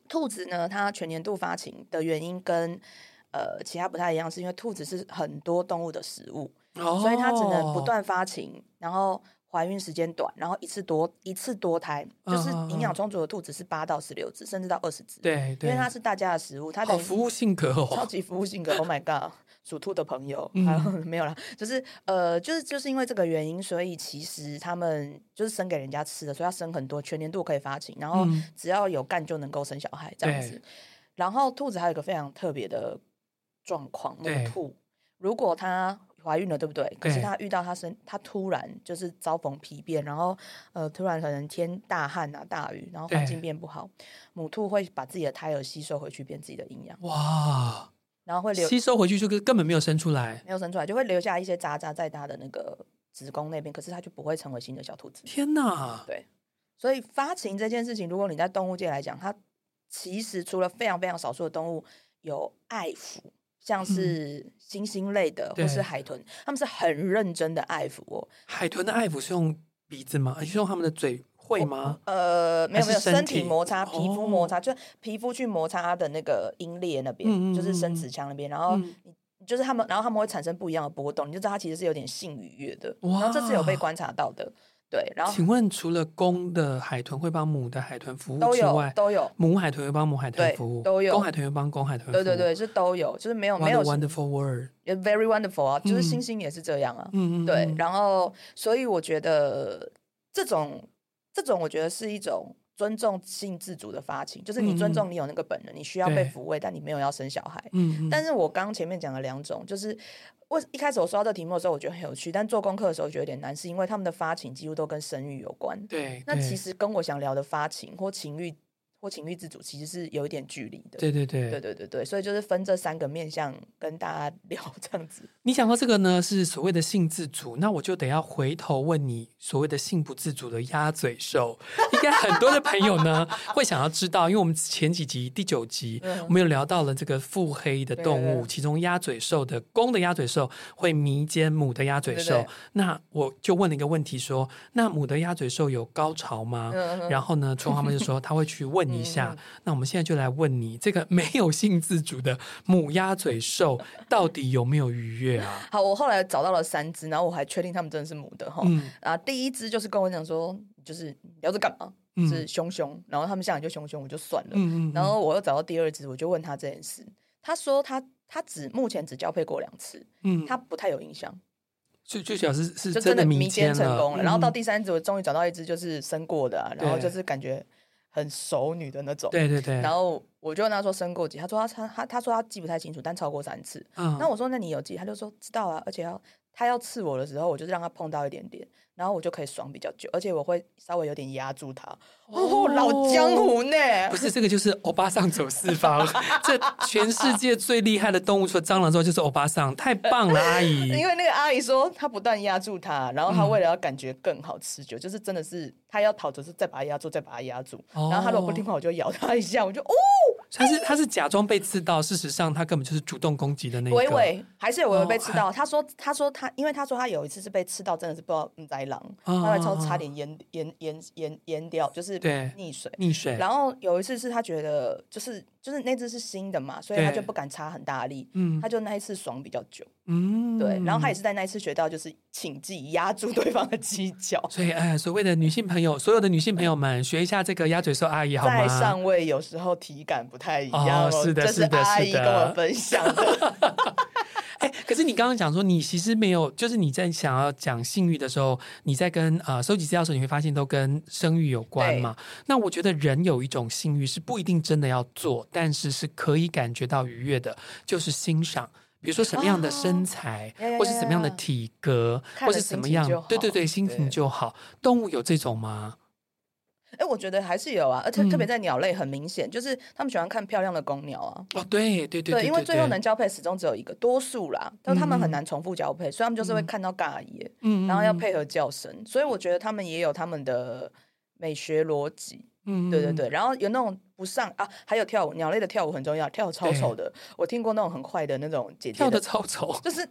[SPEAKER 3] 兔子呢，它全年度发情的原因跟呃其他不太一样，是因为兔子是很多动物的食物，
[SPEAKER 2] 哦，
[SPEAKER 3] 所以它只能不断发情，然后怀孕时间短，然后一次多一次多胎，就是
[SPEAKER 2] 嗯嗯嗯
[SPEAKER 3] 营养充足的兔子是八到十六只，甚至到二十只。，
[SPEAKER 2] 对
[SPEAKER 3] 因
[SPEAKER 2] 对，
[SPEAKER 3] 为它是大家的食物，它
[SPEAKER 2] 好
[SPEAKER 3] 等于
[SPEAKER 2] 服务性格
[SPEAKER 3] 超
[SPEAKER 2] 哦，
[SPEAKER 3] 级服务性格。Oh my god！属兔的朋友，
[SPEAKER 2] 嗯
[SPEAKER 3] 还有 没有啦？就是呃，就是就是因为这个原因，所以其实他们就是生给人家吃的，所以要生很多，全年度可以发情，然后
[SPEAKER 2] 嗯
[SPEAKER 3] 只要有干就能够生小孩这样
[SPEAKER 2] 对
[SPEAKER 3] 子。然后兔子还有一个非常特别的状况，母
[SPEAKER 2] 对
[SPEAKER 3] 兔如果它怀孕了，对不对？可是
[SPEAKER 2] 对
[SPEAKER 3] 它遇到它生，它突然就是遭逢疲变，然后呃，突然可能天大旱啊、大雨，然后环
[SPEAKER 2] 对
[SPEAKER 3] 境变不好，母兔会把自己的胎儿吸收回去，变自己的营养，
[SPEAKER 2] 哇，
[SPEAKER 3] 然后会留
[SPEAKER 2] 吸收回去就根根本没有生出来，
[SPEAKER 3] 没有生出来，就会留下一些渣渣在它的那个子宫那边，可是它就不会成为新的小兔子。
[SPEAKER 2] 天哪，
[SPEAKER 3] 对，所以发情这件事情，如果你在动物界来讲，它其实除了非常非常少数的动物有爱抚，像是猩猩类的、
[SPEAKER 2] 嗯对
[SPEAKER 3] 或是海豚，它们是很认真的爱抚哦。
[SPEAKER 2] 海豚的爱抚是用鼻子吗？是用它们的嘴会吗？
[SPEAKER 3] 呃，没有
[SPEAKER 2] 还
[SPEAKER 3] 没
[SPEAKER 2] 是
[SPEAKER 3] 有，
[SPEAKER 2] 身
[SPEAKER 3] 身
[SPEAKER 2] 体
[SPEAKER 3] 体摩擦、
[SPEAKER 2] 哦
[SPEAKER 3] 皮肤摩擦，就皮肤去摩擦它的那个阴裂那边，
[SPEAKER 2] 嗯嗯
[SPEAKER 3] 就是
[SPEAKER 2] 嗯
[SPEAKER 3] 生
[SPEAKER 2] 嗯
[SPEAKER 3] 殖腔那边，然后
[SPEAKER 2] 嗯
[SPEAKER 3] 你。就是它们，然后它们会产生不一样的波动，你就知道它其实是有点性愉悦的。
[SPEAKER 2] 哇
[SPEAKER 3] 然后这是有被观察到的，对。 然后
[SPEAKER 2] 请问除了公的海豚会帮母的海豚服务
[SPEAKER 3] 都
[SPEAKER 2] 之
[SPEAKER 3] 有
[SPEAKER 2] 外，
[SPEAKER 3] 都有，
[SPEAKER 2] 母海豚会帮母海豚
[SPEAKER 3] 对
[SPEAKER 2] 服务，
[SPEAKER 3] 都有
[SPEAKER 2] 公海豚会帮公海豚服务，
[SPEAKER 3] 对对对，是都有，就是没有没有
[SPEAKER 2] What a wonderful word！
[SPEAKER 3] 也 very wonderful 啊，就是
[SPEAKER 2] 嗯
[SPEAKER 3] 星星也是这样啊。
[SPEAKER 2] 嗯嗯，
[SPEAKER 3] 对
[SPEAKER 2] 嗯，
[SPEAKER 3] 然后所以我觉得这种这种我觉得是一种尊重性自主的发情，就是你尊重你有那个本能，你需要被
[SPEAKER 2] 嗯对
[SPEAKER 3] 抚慰，但你没有要生小孩。
[SPEAKER 2] 嗯，嗯
[SPEAKER 3] 但是我刚前面讲了两种，就是我一开始我收到这题目的时候，我觉得很有趣，但做功课的时候觉得有点难，是因为他们的发情几乎都跟生育有关。
[SPEAKER 2] 对，
[SPEAKER 3] 那
[SPEAKER 2] 对
[SPEAKER 3] 其实跟我想聊的发情或情欲。或情欲自主其实是有一点距离的。
[SPEAKER 2] 对对对
[SPEAKER 3] 对对对对，所以就是分这三个面向跟大家 聊这样子。
[SPEAKER 2] 你讲到这个呢，是所谓的性自主，那我就得要回头问你所谓的性不自主的鸭嘴兽，应该很多的朋友 呢会想要知道，因为我们前几集第九集、
[SPEAKER 3] 嗯
[SPEAKER 2] 我们有聊到了这个腹黑的动
[SPEAKER 3] 对对
[SPEAKER 2] 物，
[SPEAKER 3] 对
[SPEAKER 2] 其中鸭嘴兽的公的鸭嘴兽会迷奸母的鸭嘴
[SPEAKER 3] 对对
[SPEAKER 2] 兽
[SPEAKER 3] 对，
[SPEAKER 2] 那我就问了一个问题说，那母的鸭嘴兽有高潮吗？
[SPEAKER 3] 嗯嗯
[SPEAKER 2] 然后呢，春花妈就说她会去问一下。那我们现在就来问你，这个没有性自主的母鸭嘴兽到底有没有愉悦啊？
[SPEAKER 3] 好，我后来找到了三只，然后我还确定它们真的是母的哈。
[SPEAKER 2] 嗯
[SPEAKER 3] 啊，第一只就是跟我讲说，就是你聊这干嘛？
[SPEAKER 2] 嗯
[SPEAKER 3] 是凶凶，然后他们下来就凶凶，我就算了。
[SPEAKER 2] 嗯嗯，
[SPEAKER 3] 然后我又找到第二只，我就问他这件事，他说他他只目前只交配过两次，
[SPEAKER 2] 嗯，
[SPEAKER 3] 他不太有印象，
[SPEAKER 2] 就就表示是
[SPEAKER 3] 就
[SPEAKER 2] 真
[SPEAKER 3] 真的迷
[SPEAKER 2] 迷
[SPEAKER 3] 奸成
[SPEAKER 2] 了
[SPEAKER 3] 功了。然后到
[SPEAKER 2] 嗯
[SPEAKER 3] 第三只，我终于找到一只就是生过的、啊，然后
[SPEAKER 2] 对
[SPEAKER 3] 就是感觉很熟女的那种。
[SPEAKER 2] 对对对，
[SPEAKER 3] 然后我就问他说生过几，他说他他他他说他记不太清楚，但超过三次。
[SPEAKER 2] 嗯
[SPEAKER 3] 那我说那你有记？他就说知道啊，而且要他要刺我的时候，我就是让他碰到一点点，然后我就可以爽比较久，而且我会稍微有点压住他。哦，老江湖呢？
[SPEAKER 2] 不是这个就是欧巴桑走四 方，这全世界最厉害的动物除了蟑螂之后就是欧巴桑，太棒了，阿姨。
[SPEAKER 3] 因为那个阿姨说，她不但压住他，然后她
[SPEAKER 2] 嗯
[SPEAKER 3] 为了要感觉更好持久，就是真的是她要逃走是再把她压住，再把她压住。
[SPEAKER 2] 哦
[SPEAKER 3] 然后她如果不听话，我就咬她一下，我就哦，
[SPEAKER 2] 他是他是假装被刺到，事实上他根本就是主动攻击的那一个。
[SPEAKER 3] 伟伟还是有微微被
[SPEAKER 2] 哦
[SPEAKER 3] 吃到。她说，她说她，因为她说她有一次是被吃到，真的是不知道嗯在狼，她还超
[SPEAKER 2] 哦哦哦
[SPEAKER 3] 差点淹淹淹淹淹掉，就是
[SPEAKER 2] 对
[SPEAKER 3] 溺水。
[SPEAKER 2] 溺水，
[SPEAKER 3] 然后有一次是她觉得就是就是那只是新的嘛，所以
[SPEAKER 2] 对
[SPEAKER 3] 她就不敢插很大力，
[SPEAKER 2] 嗯
[SPEAKER 3] 她就那一次爽比较久，
[SPEAKER 2] 嗯，
[SPEAKER 3] 对，然后她也是在那一次学到就是请记压住对方的犄角，
[SPEAKER 2] 所以，哎，所谓的女性朋友，所有的女性朋友们，学一下这个鸭嘴兽阿姨好吗？
[SPEAKER 3] 在上位有时候体感不太一
[SPEAKER 2] 哦
[SPEAKER 3] 样
[SPEAKER 2] 是的
[SPEAKER 3] 这是
[SPEAKER 2] 是的
[SPEAKER 3] 阿
[SPEAKER 2] 是
[SPEAKER 3] 姨
[SPEAKER 2] 的
[SPEAKER 3] 跟我分享 的。
[SPEAKER 2] 哎，可是你刚刚讲说，你其实没有，就是你在想要讲性欲的时候，你在跟呃收集资料的时候，你会发现都跟生育有关嘛。那我觉得人有一种性欲是不一定真的要做，但是是可以感觉到愉悦的，就是欣赏。比如说什么样的身材，
[SPEAKER 3] 啊呀呀
[SPEAKER 2] 或是什么样的
[SPEAKER 3] 呀呀
[SPEAKER 2] 体格，
[SPEAKER 3] 看
[SPEAKER 2] 或
[SPEAKER 3] 了
[SPEAKER 2] 是怎么
[SPEAKER 3] 心情
[SPEAKER 2] 样
[SPEAKER 3] 就好，
[SPEAKER 2] 对对对，心情
[SPEAKER 3] 对
[SPEAKER 2] 就好。动物有这种吗？
[SPEAKER 3] 哎，我觉得还是有啊，而且
[SPEAKER 2] 嗯
[SPEAKER 3] 特别在鸟类很明显，就是他们喜欢看漂亮的公鸟啊。
[SPEAKER 2] 哦，对对对嗯
[SPEAKER 3] 因为最后能，交配始终只有一个，多数啦，但他们很难重复交配，所以他们就是会看到尬爷，
[SPEAKER 2] 嗯
[SPEAKER 3] 然后要，配合叫声，所以我觉得他们也有他们的美学逻辑。
[SPEAKER 2] 嗯
[SPEAKER 3] 对对，对，然后有那种不上啊，还有跳舞，鸟类的跳舞很重要，跳得超
[SPEAKER 2] 对
[SPEAKER 3] 丑的，我听过那种很快的那种姐姐
[SPEAKER 2] 跳
[SPEAKER 3] 的
[SPEAKER 2] 的，超 丑
[SPEAKER 3] 就是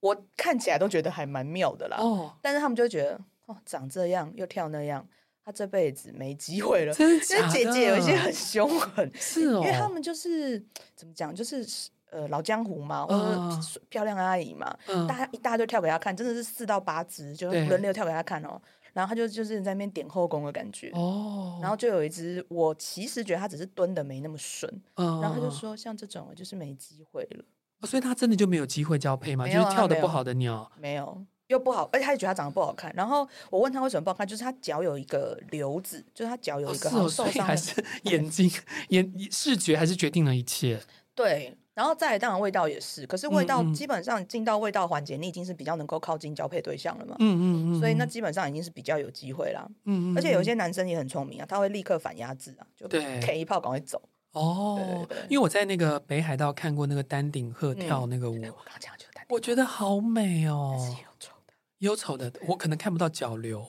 [SPEAKER 3] 我看起来都觉得还蛮妙的啦。
[SPEAKER 2] 哦，
[SPEAKER 3] 但是他们就会觉得哦，长这样又跳那样，他这辈子没机会了。
[SPEAKER 2] 真
[SPEAKER 3] 因
[SPEAKER 2] 的假
[SPEAKER 3] 为
[SPEAKER 2] 的？
[SPEAKER 3] 姐姐有一些很凶狠，
[SPEAKER 2] 是哦，
[SPEAKER 3] 因为他们就是怎么讲，就是呃老江湖嘛，或
[SPEAKER 2] 嗯
[SPEAKER 3] 者是漂亮阿姨嘛，
[SPEAKER 2] 嗯
[SPEAKER 3] 大家一大堆跳给她看，真的是四到八只，就
[SPEAKER 2] 对
[SPEAKER 3] 轮流跳给她看哦。然后她就就是在那边点后宫的感觉。
[SPEAKER 2] 哦，
[SPEAKER 3] 然后就有一只，我其实觉得她只是蹲的没那么顺，
[SPEAKER 2] 嗯
[SPEAKER 3] 然后她就
[SPEAKER 2] 嗯
[SPEAKER 3] 说像这种就是没机会了，
[SPEAKER 2] 哦所以他真的就没有机会交配吗？
[SPEAKER 3] 没
[SPEAKER 2] 就是
[SPEAKER 3] 有啊
[SPEAKER 2] 跳的
[SPEAKER 3] 没
[SPEAKER 2] 不
[SPEAKER 3] 有
[SPEAKER 2] 好的鸟，哦
[SPEAKER 3] 没有又不好，而且她也觉得她长得不好看。然后我问她为什么不好看，就是她脚有一个瘤子，就是她脚有
[SPEAKER 2] 哦
[SPEAKER 3] 一个
[SPEAKER 2] 是
[SPEAKER 3] 好像
[SPEAKER 2] 哦，
[SPEAKER 3] 受
[SPEAKER 2] 所以
[SPEAKER 3] 伤
[SPEAKER 2] 还
[SPEAKER 3] 的
[SPEAKER 2] 是眼睛眼视觉还是决定了一切。
[SPEAKER 3] 对，然后再来当然味道也是，可是味道
[SPEAKER 2] 嗯嗯
[SPEAKER 3] 基本上进到味道环节，你已经是比较能够靠近交配对象了嘛，
[SPEAKER 2] 嗯嗯嗯，
[SPEAKER 3] 所以那
[SPEAKER 2] 嗯
[SPEAKER 3] 基本上已经是比较有机会啦。
[SPEAKER 2] 嗯嗯，
[SPEAKER 3] 而且有一
[SPEAKER 2] 嗯
[SPEAKER 3] 些男生也很聪明啊，他会立刻反压制啊，就
[SPEAKER 2] 对
[SPEAKER 3] K 一炮赶快走。
[SPEAKER 2] 哦
[SPEAKER 3] 对对，对
[SPEAKER 2] 因为我在那个北海道看过那个丹顶鹤跳那个舞，
[SPEAKER 3] 哎 我刚刚讲的就是他，
[SPEAKER 2] 我觉得好美
[SPEAKER 3] 但是
[SPEAKER 2] 哦
[SPEAKER 3] 也，有丑的，
[SPEAKER 2] 忧愁的我可能看不到脚流。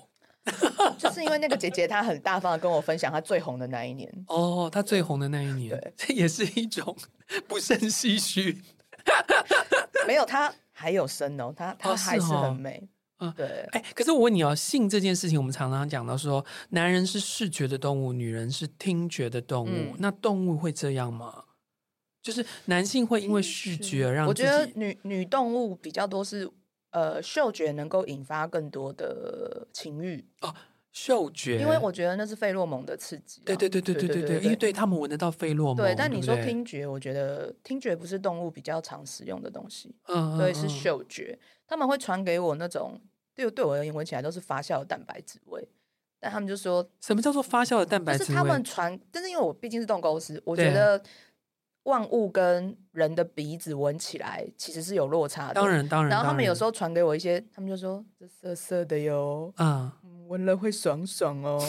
[SPEAKER 3] 就是因为那个姐姐她很大方的跟我分享她最红的那一年，
[SPEAKER 2] 哦，他最红的那一年
[SPEAKER 3] 对，
[SPEAKER 2] 这 也是一种不胜唏嘘。
[SPEAKER 3] 没有她还有生哦，她她
[SPEAKER 2] 哦是
[SPEAKER 3] 还是
[SPEAKER 2] 哦
[SPEAKER 3] 很美。
[SPEAKER 2] 嗯
[SPEAKER 3] 对，
[SPEAKER 2] 哎，可是我问你哦，性这件事情，我们常常讲到说，男人是视觉的动物，女人是听觉的动物。
[SPEAKER 3] 嗯
[SPEAKER 2] 那动物会这样吗？就是男性会因为视觉而让
[SPEAKER 3] 我
[SPEAKER 2] 自
[SPEAKER 3] 觉得
[SPEAKER 2] 己
[SPEAKER 3] 女女动物比较多是呃嗅觉能够引发更多的情欲，
[SPEAKER 2] 嗅觉，
[SPEAKER 3] 因为我觉得那是费洛蒙的刺激啊、
[SPEAKER 2] 对对对对对对对，因为对他们闻得到费洛蒙。
[SPEAKER 3] 对，但你
[SPEAKER 2] 不
[SPEAKER 3] 说
[SPEAKER 2] 对，
[SPEAKER 3] 听觉，我觉得听觉不是动物比较常使用的东西，
[SPEAKER 2] 嗯，
[SPEAKER 3] 对，
[SPEAKER 2] 嗯
[SPEAKER 3] 是。嗅觉。他们会传给我那种，对对我而言闻起来都是发酵的蛋白质味，但他们就说，
[SPEAKER 2] 嗯什么叫做发酵的蛋白
[SPEAKER 3] 但
[SPEAKER 2] 质
[SPEAKER 3] 是
[SPEAKER 2] 味？
[SPEAKER 3] 他们传，但是因为我毕竟是动物师，我
[SPEAKER 2] 对
[SPEAKER 3] 觉得万物跟人的鼻子闻起来其实是有落差的。
[SPEAKER 2] 当。然当然，
[SPEAKER 3] 然后他们有时
[SPEAKER 2] 候
[SPEAKER 3] 候传给我一些，他们就说这涩涩的哟，嗯
[SPEAKER 2] 啊，
[SPEAKER 3] 嗯闻了会爽爽哦。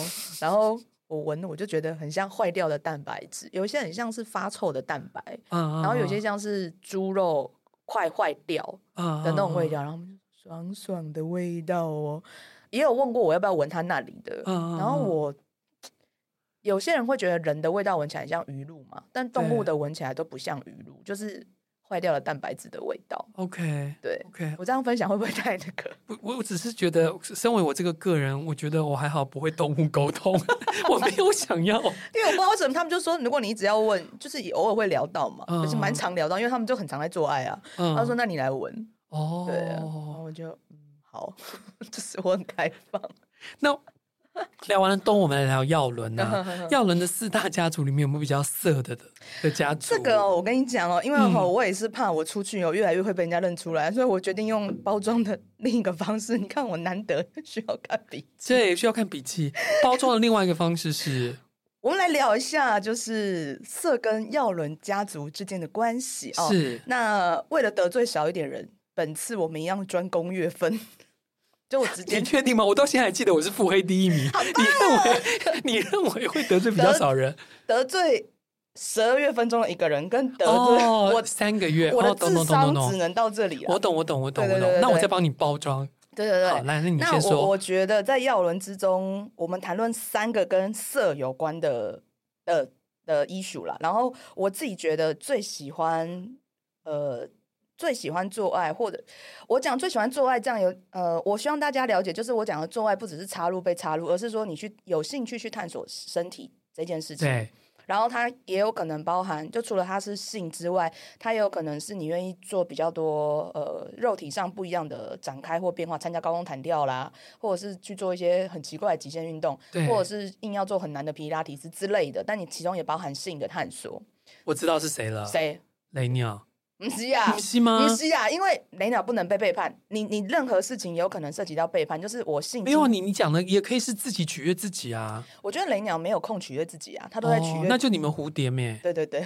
[SPEAKER 3] 然后我闻了我就觉得很像坏掉的蛋白质，有一些很像是发臭的蛋白，
[SPEAKER 2] 嗯，嗯
[SPEAKER 3] 然后有些像是猪肉快坏掉的
[SPEAKER 2] 的
[SPEAKER 3] 那种味道，然后我们就爽爽的味道哦。也有问过我要不要闻他那里的，
[SPEAKER 2] 嗯嗯
[SPEAKER 3] 然后
[SPEAKER 2] 嗯
[SPEAKER 3] 我有些人会觉得人的味道闻起来很像鱼露嘛，但动物
[SPEAKER 2] 对
[SPEAKER 3] 的闻起来都不像鱼露，就是坏掉了蛋白质的味道。
[SPEAKER 2] OK
[SPEAKER 3] 对
[SPEAKER 2] OK，
[SPEAKER 3] 我这样分享会不会太那个？
[SPEAKER 2] 我我只是觉得，身为我这个个人，我觉得我还好不会动物沟通， 我没有想要。
[SPEAKER 3] 因为我不知道为什么他们就说，如果你只要问，就是偶尔会聊到嘛，
[SPEAKER 2] 嗯
[SPEAKER 3] 就是蛮常聊到，因为他们就很常在做爱啊。
[SPEAKER 2] 嗯
[SPEAKER 3] 他说：“那你来闻。”对啊，然后
[SPEAKER 2] 哦，
[SPEAKER 3] 我就嗯好， 就是我很开放。
[SPEAKER 2] 那聊完了动物，我们来聊耀伦 啊。耀伦的四大家族里面有没有比较色的的的家族？
[SPEAKER 3] 这个、哦、我跟你讲哦，因为哈、
[SPEAKER 2] 嗯
[SPEAKER 3] 我也是怕我出去哦，越来越会被人家认出来，所以我决定用包装的 另一个方式。你看我难得需要看笔，
[SPEAKER 2] 这也需要看笔记。包装的另外一个方式是
[SPEAKER 3] 我们来聊一下，就是色跟耀伦家族之间的关系 哦。
[SPEAKER 2] 是
[SPEAKER 3] 那为了得罪少一点人，本次我们一样专攻月份， 就我直接
[SPEAKER 2] 你确定吗？我到现在还记得我是腹黑第一名。你认为你认为会得罪比较少人？
[SPEAKER 3] 啊得罪十二月份中的一个人，跟得罪、
[SPEAKER 2] 哦，
[SPEAKER 3] 我
[SPEAKER 2] 三个月，
[SPEAKER 3] 我的
[SPEAKER 2] 哦懂
[SPEAKER 3] 智
[SPEAKER 2] 懂懂懂
[SPEAKER 3] 商只
[SPEAKER 2] 懂，
[SPEAKER 3] 能到这里了。
[SPEAKER 2] 我懂我懂我懂
[SPEAKER 3] 对对
[SPEAKER 2] 我
[SPEAKER 3] 对
[SPEAKER 2] 懂。
[SPEAKER 3] 对
[SPEAKER 2] 那我
[SPEAKER 3] 对
[SPEAKER 2] 再帮你包装。
[SPEAKER 3] 对对
[SPEAKER 2] 好，
[SPEAKER 3] 对。
[SPEAKER 2] 来，那你
[SPEAKER 3] 那
[SPEAKER 2] 先
[SPEAKER 3] 我
[SPEAKER 2] 说
[SPEAKER 3] 我。觉得在耀伦之中，我们谈论三个跟色有关的呃的 issue 啦。然后我自己觉得最喜欢呃最喜欢做爱，或者我讲最喜欢做爱这样有呃，我希望大家了解，就是我讲的做爱不只是插入被插入，而是说你去有兴趣去探索身体这件事情。
[SPEAKER 2] 对，
[SPEAKER 3] 然后它也有可能包含，就除了它是性之外，它也有可能是你愿意做比较多呃肉体上不一样的展开或变化，参加高空弹跳啦，或者是去做一些很奇怪的极限运动，
[SPEAKER 2] 对
[SPEAKER 3] 或者是硬要做很难的皮拉提斯之类的。但你其中也包含性的探索。
[SPEAKER 2] 我知道是谁了。
[SPEAKER 3] 谁？
[SPEAKER 2] 雷鸟？
[SPEAKER 3] 不是呀、
[SPEAKER 2] 不是吗
[SPEAKER 3] 不？啊是呀、因为雷鸟不能被背叛，你你任何事情也有可能涉及到背叛，就是我性
[SPEAKER 2] 没有啊，你你讲的也可以是自己取悦自己啊。
[SPEAKER 3] 我觉得雷鸟没有空取悦自己啊，他都在取悦、
[SPEAKER 2] 哦那就你们蝴蝶咩？
[SPEAKER 3] 对对对，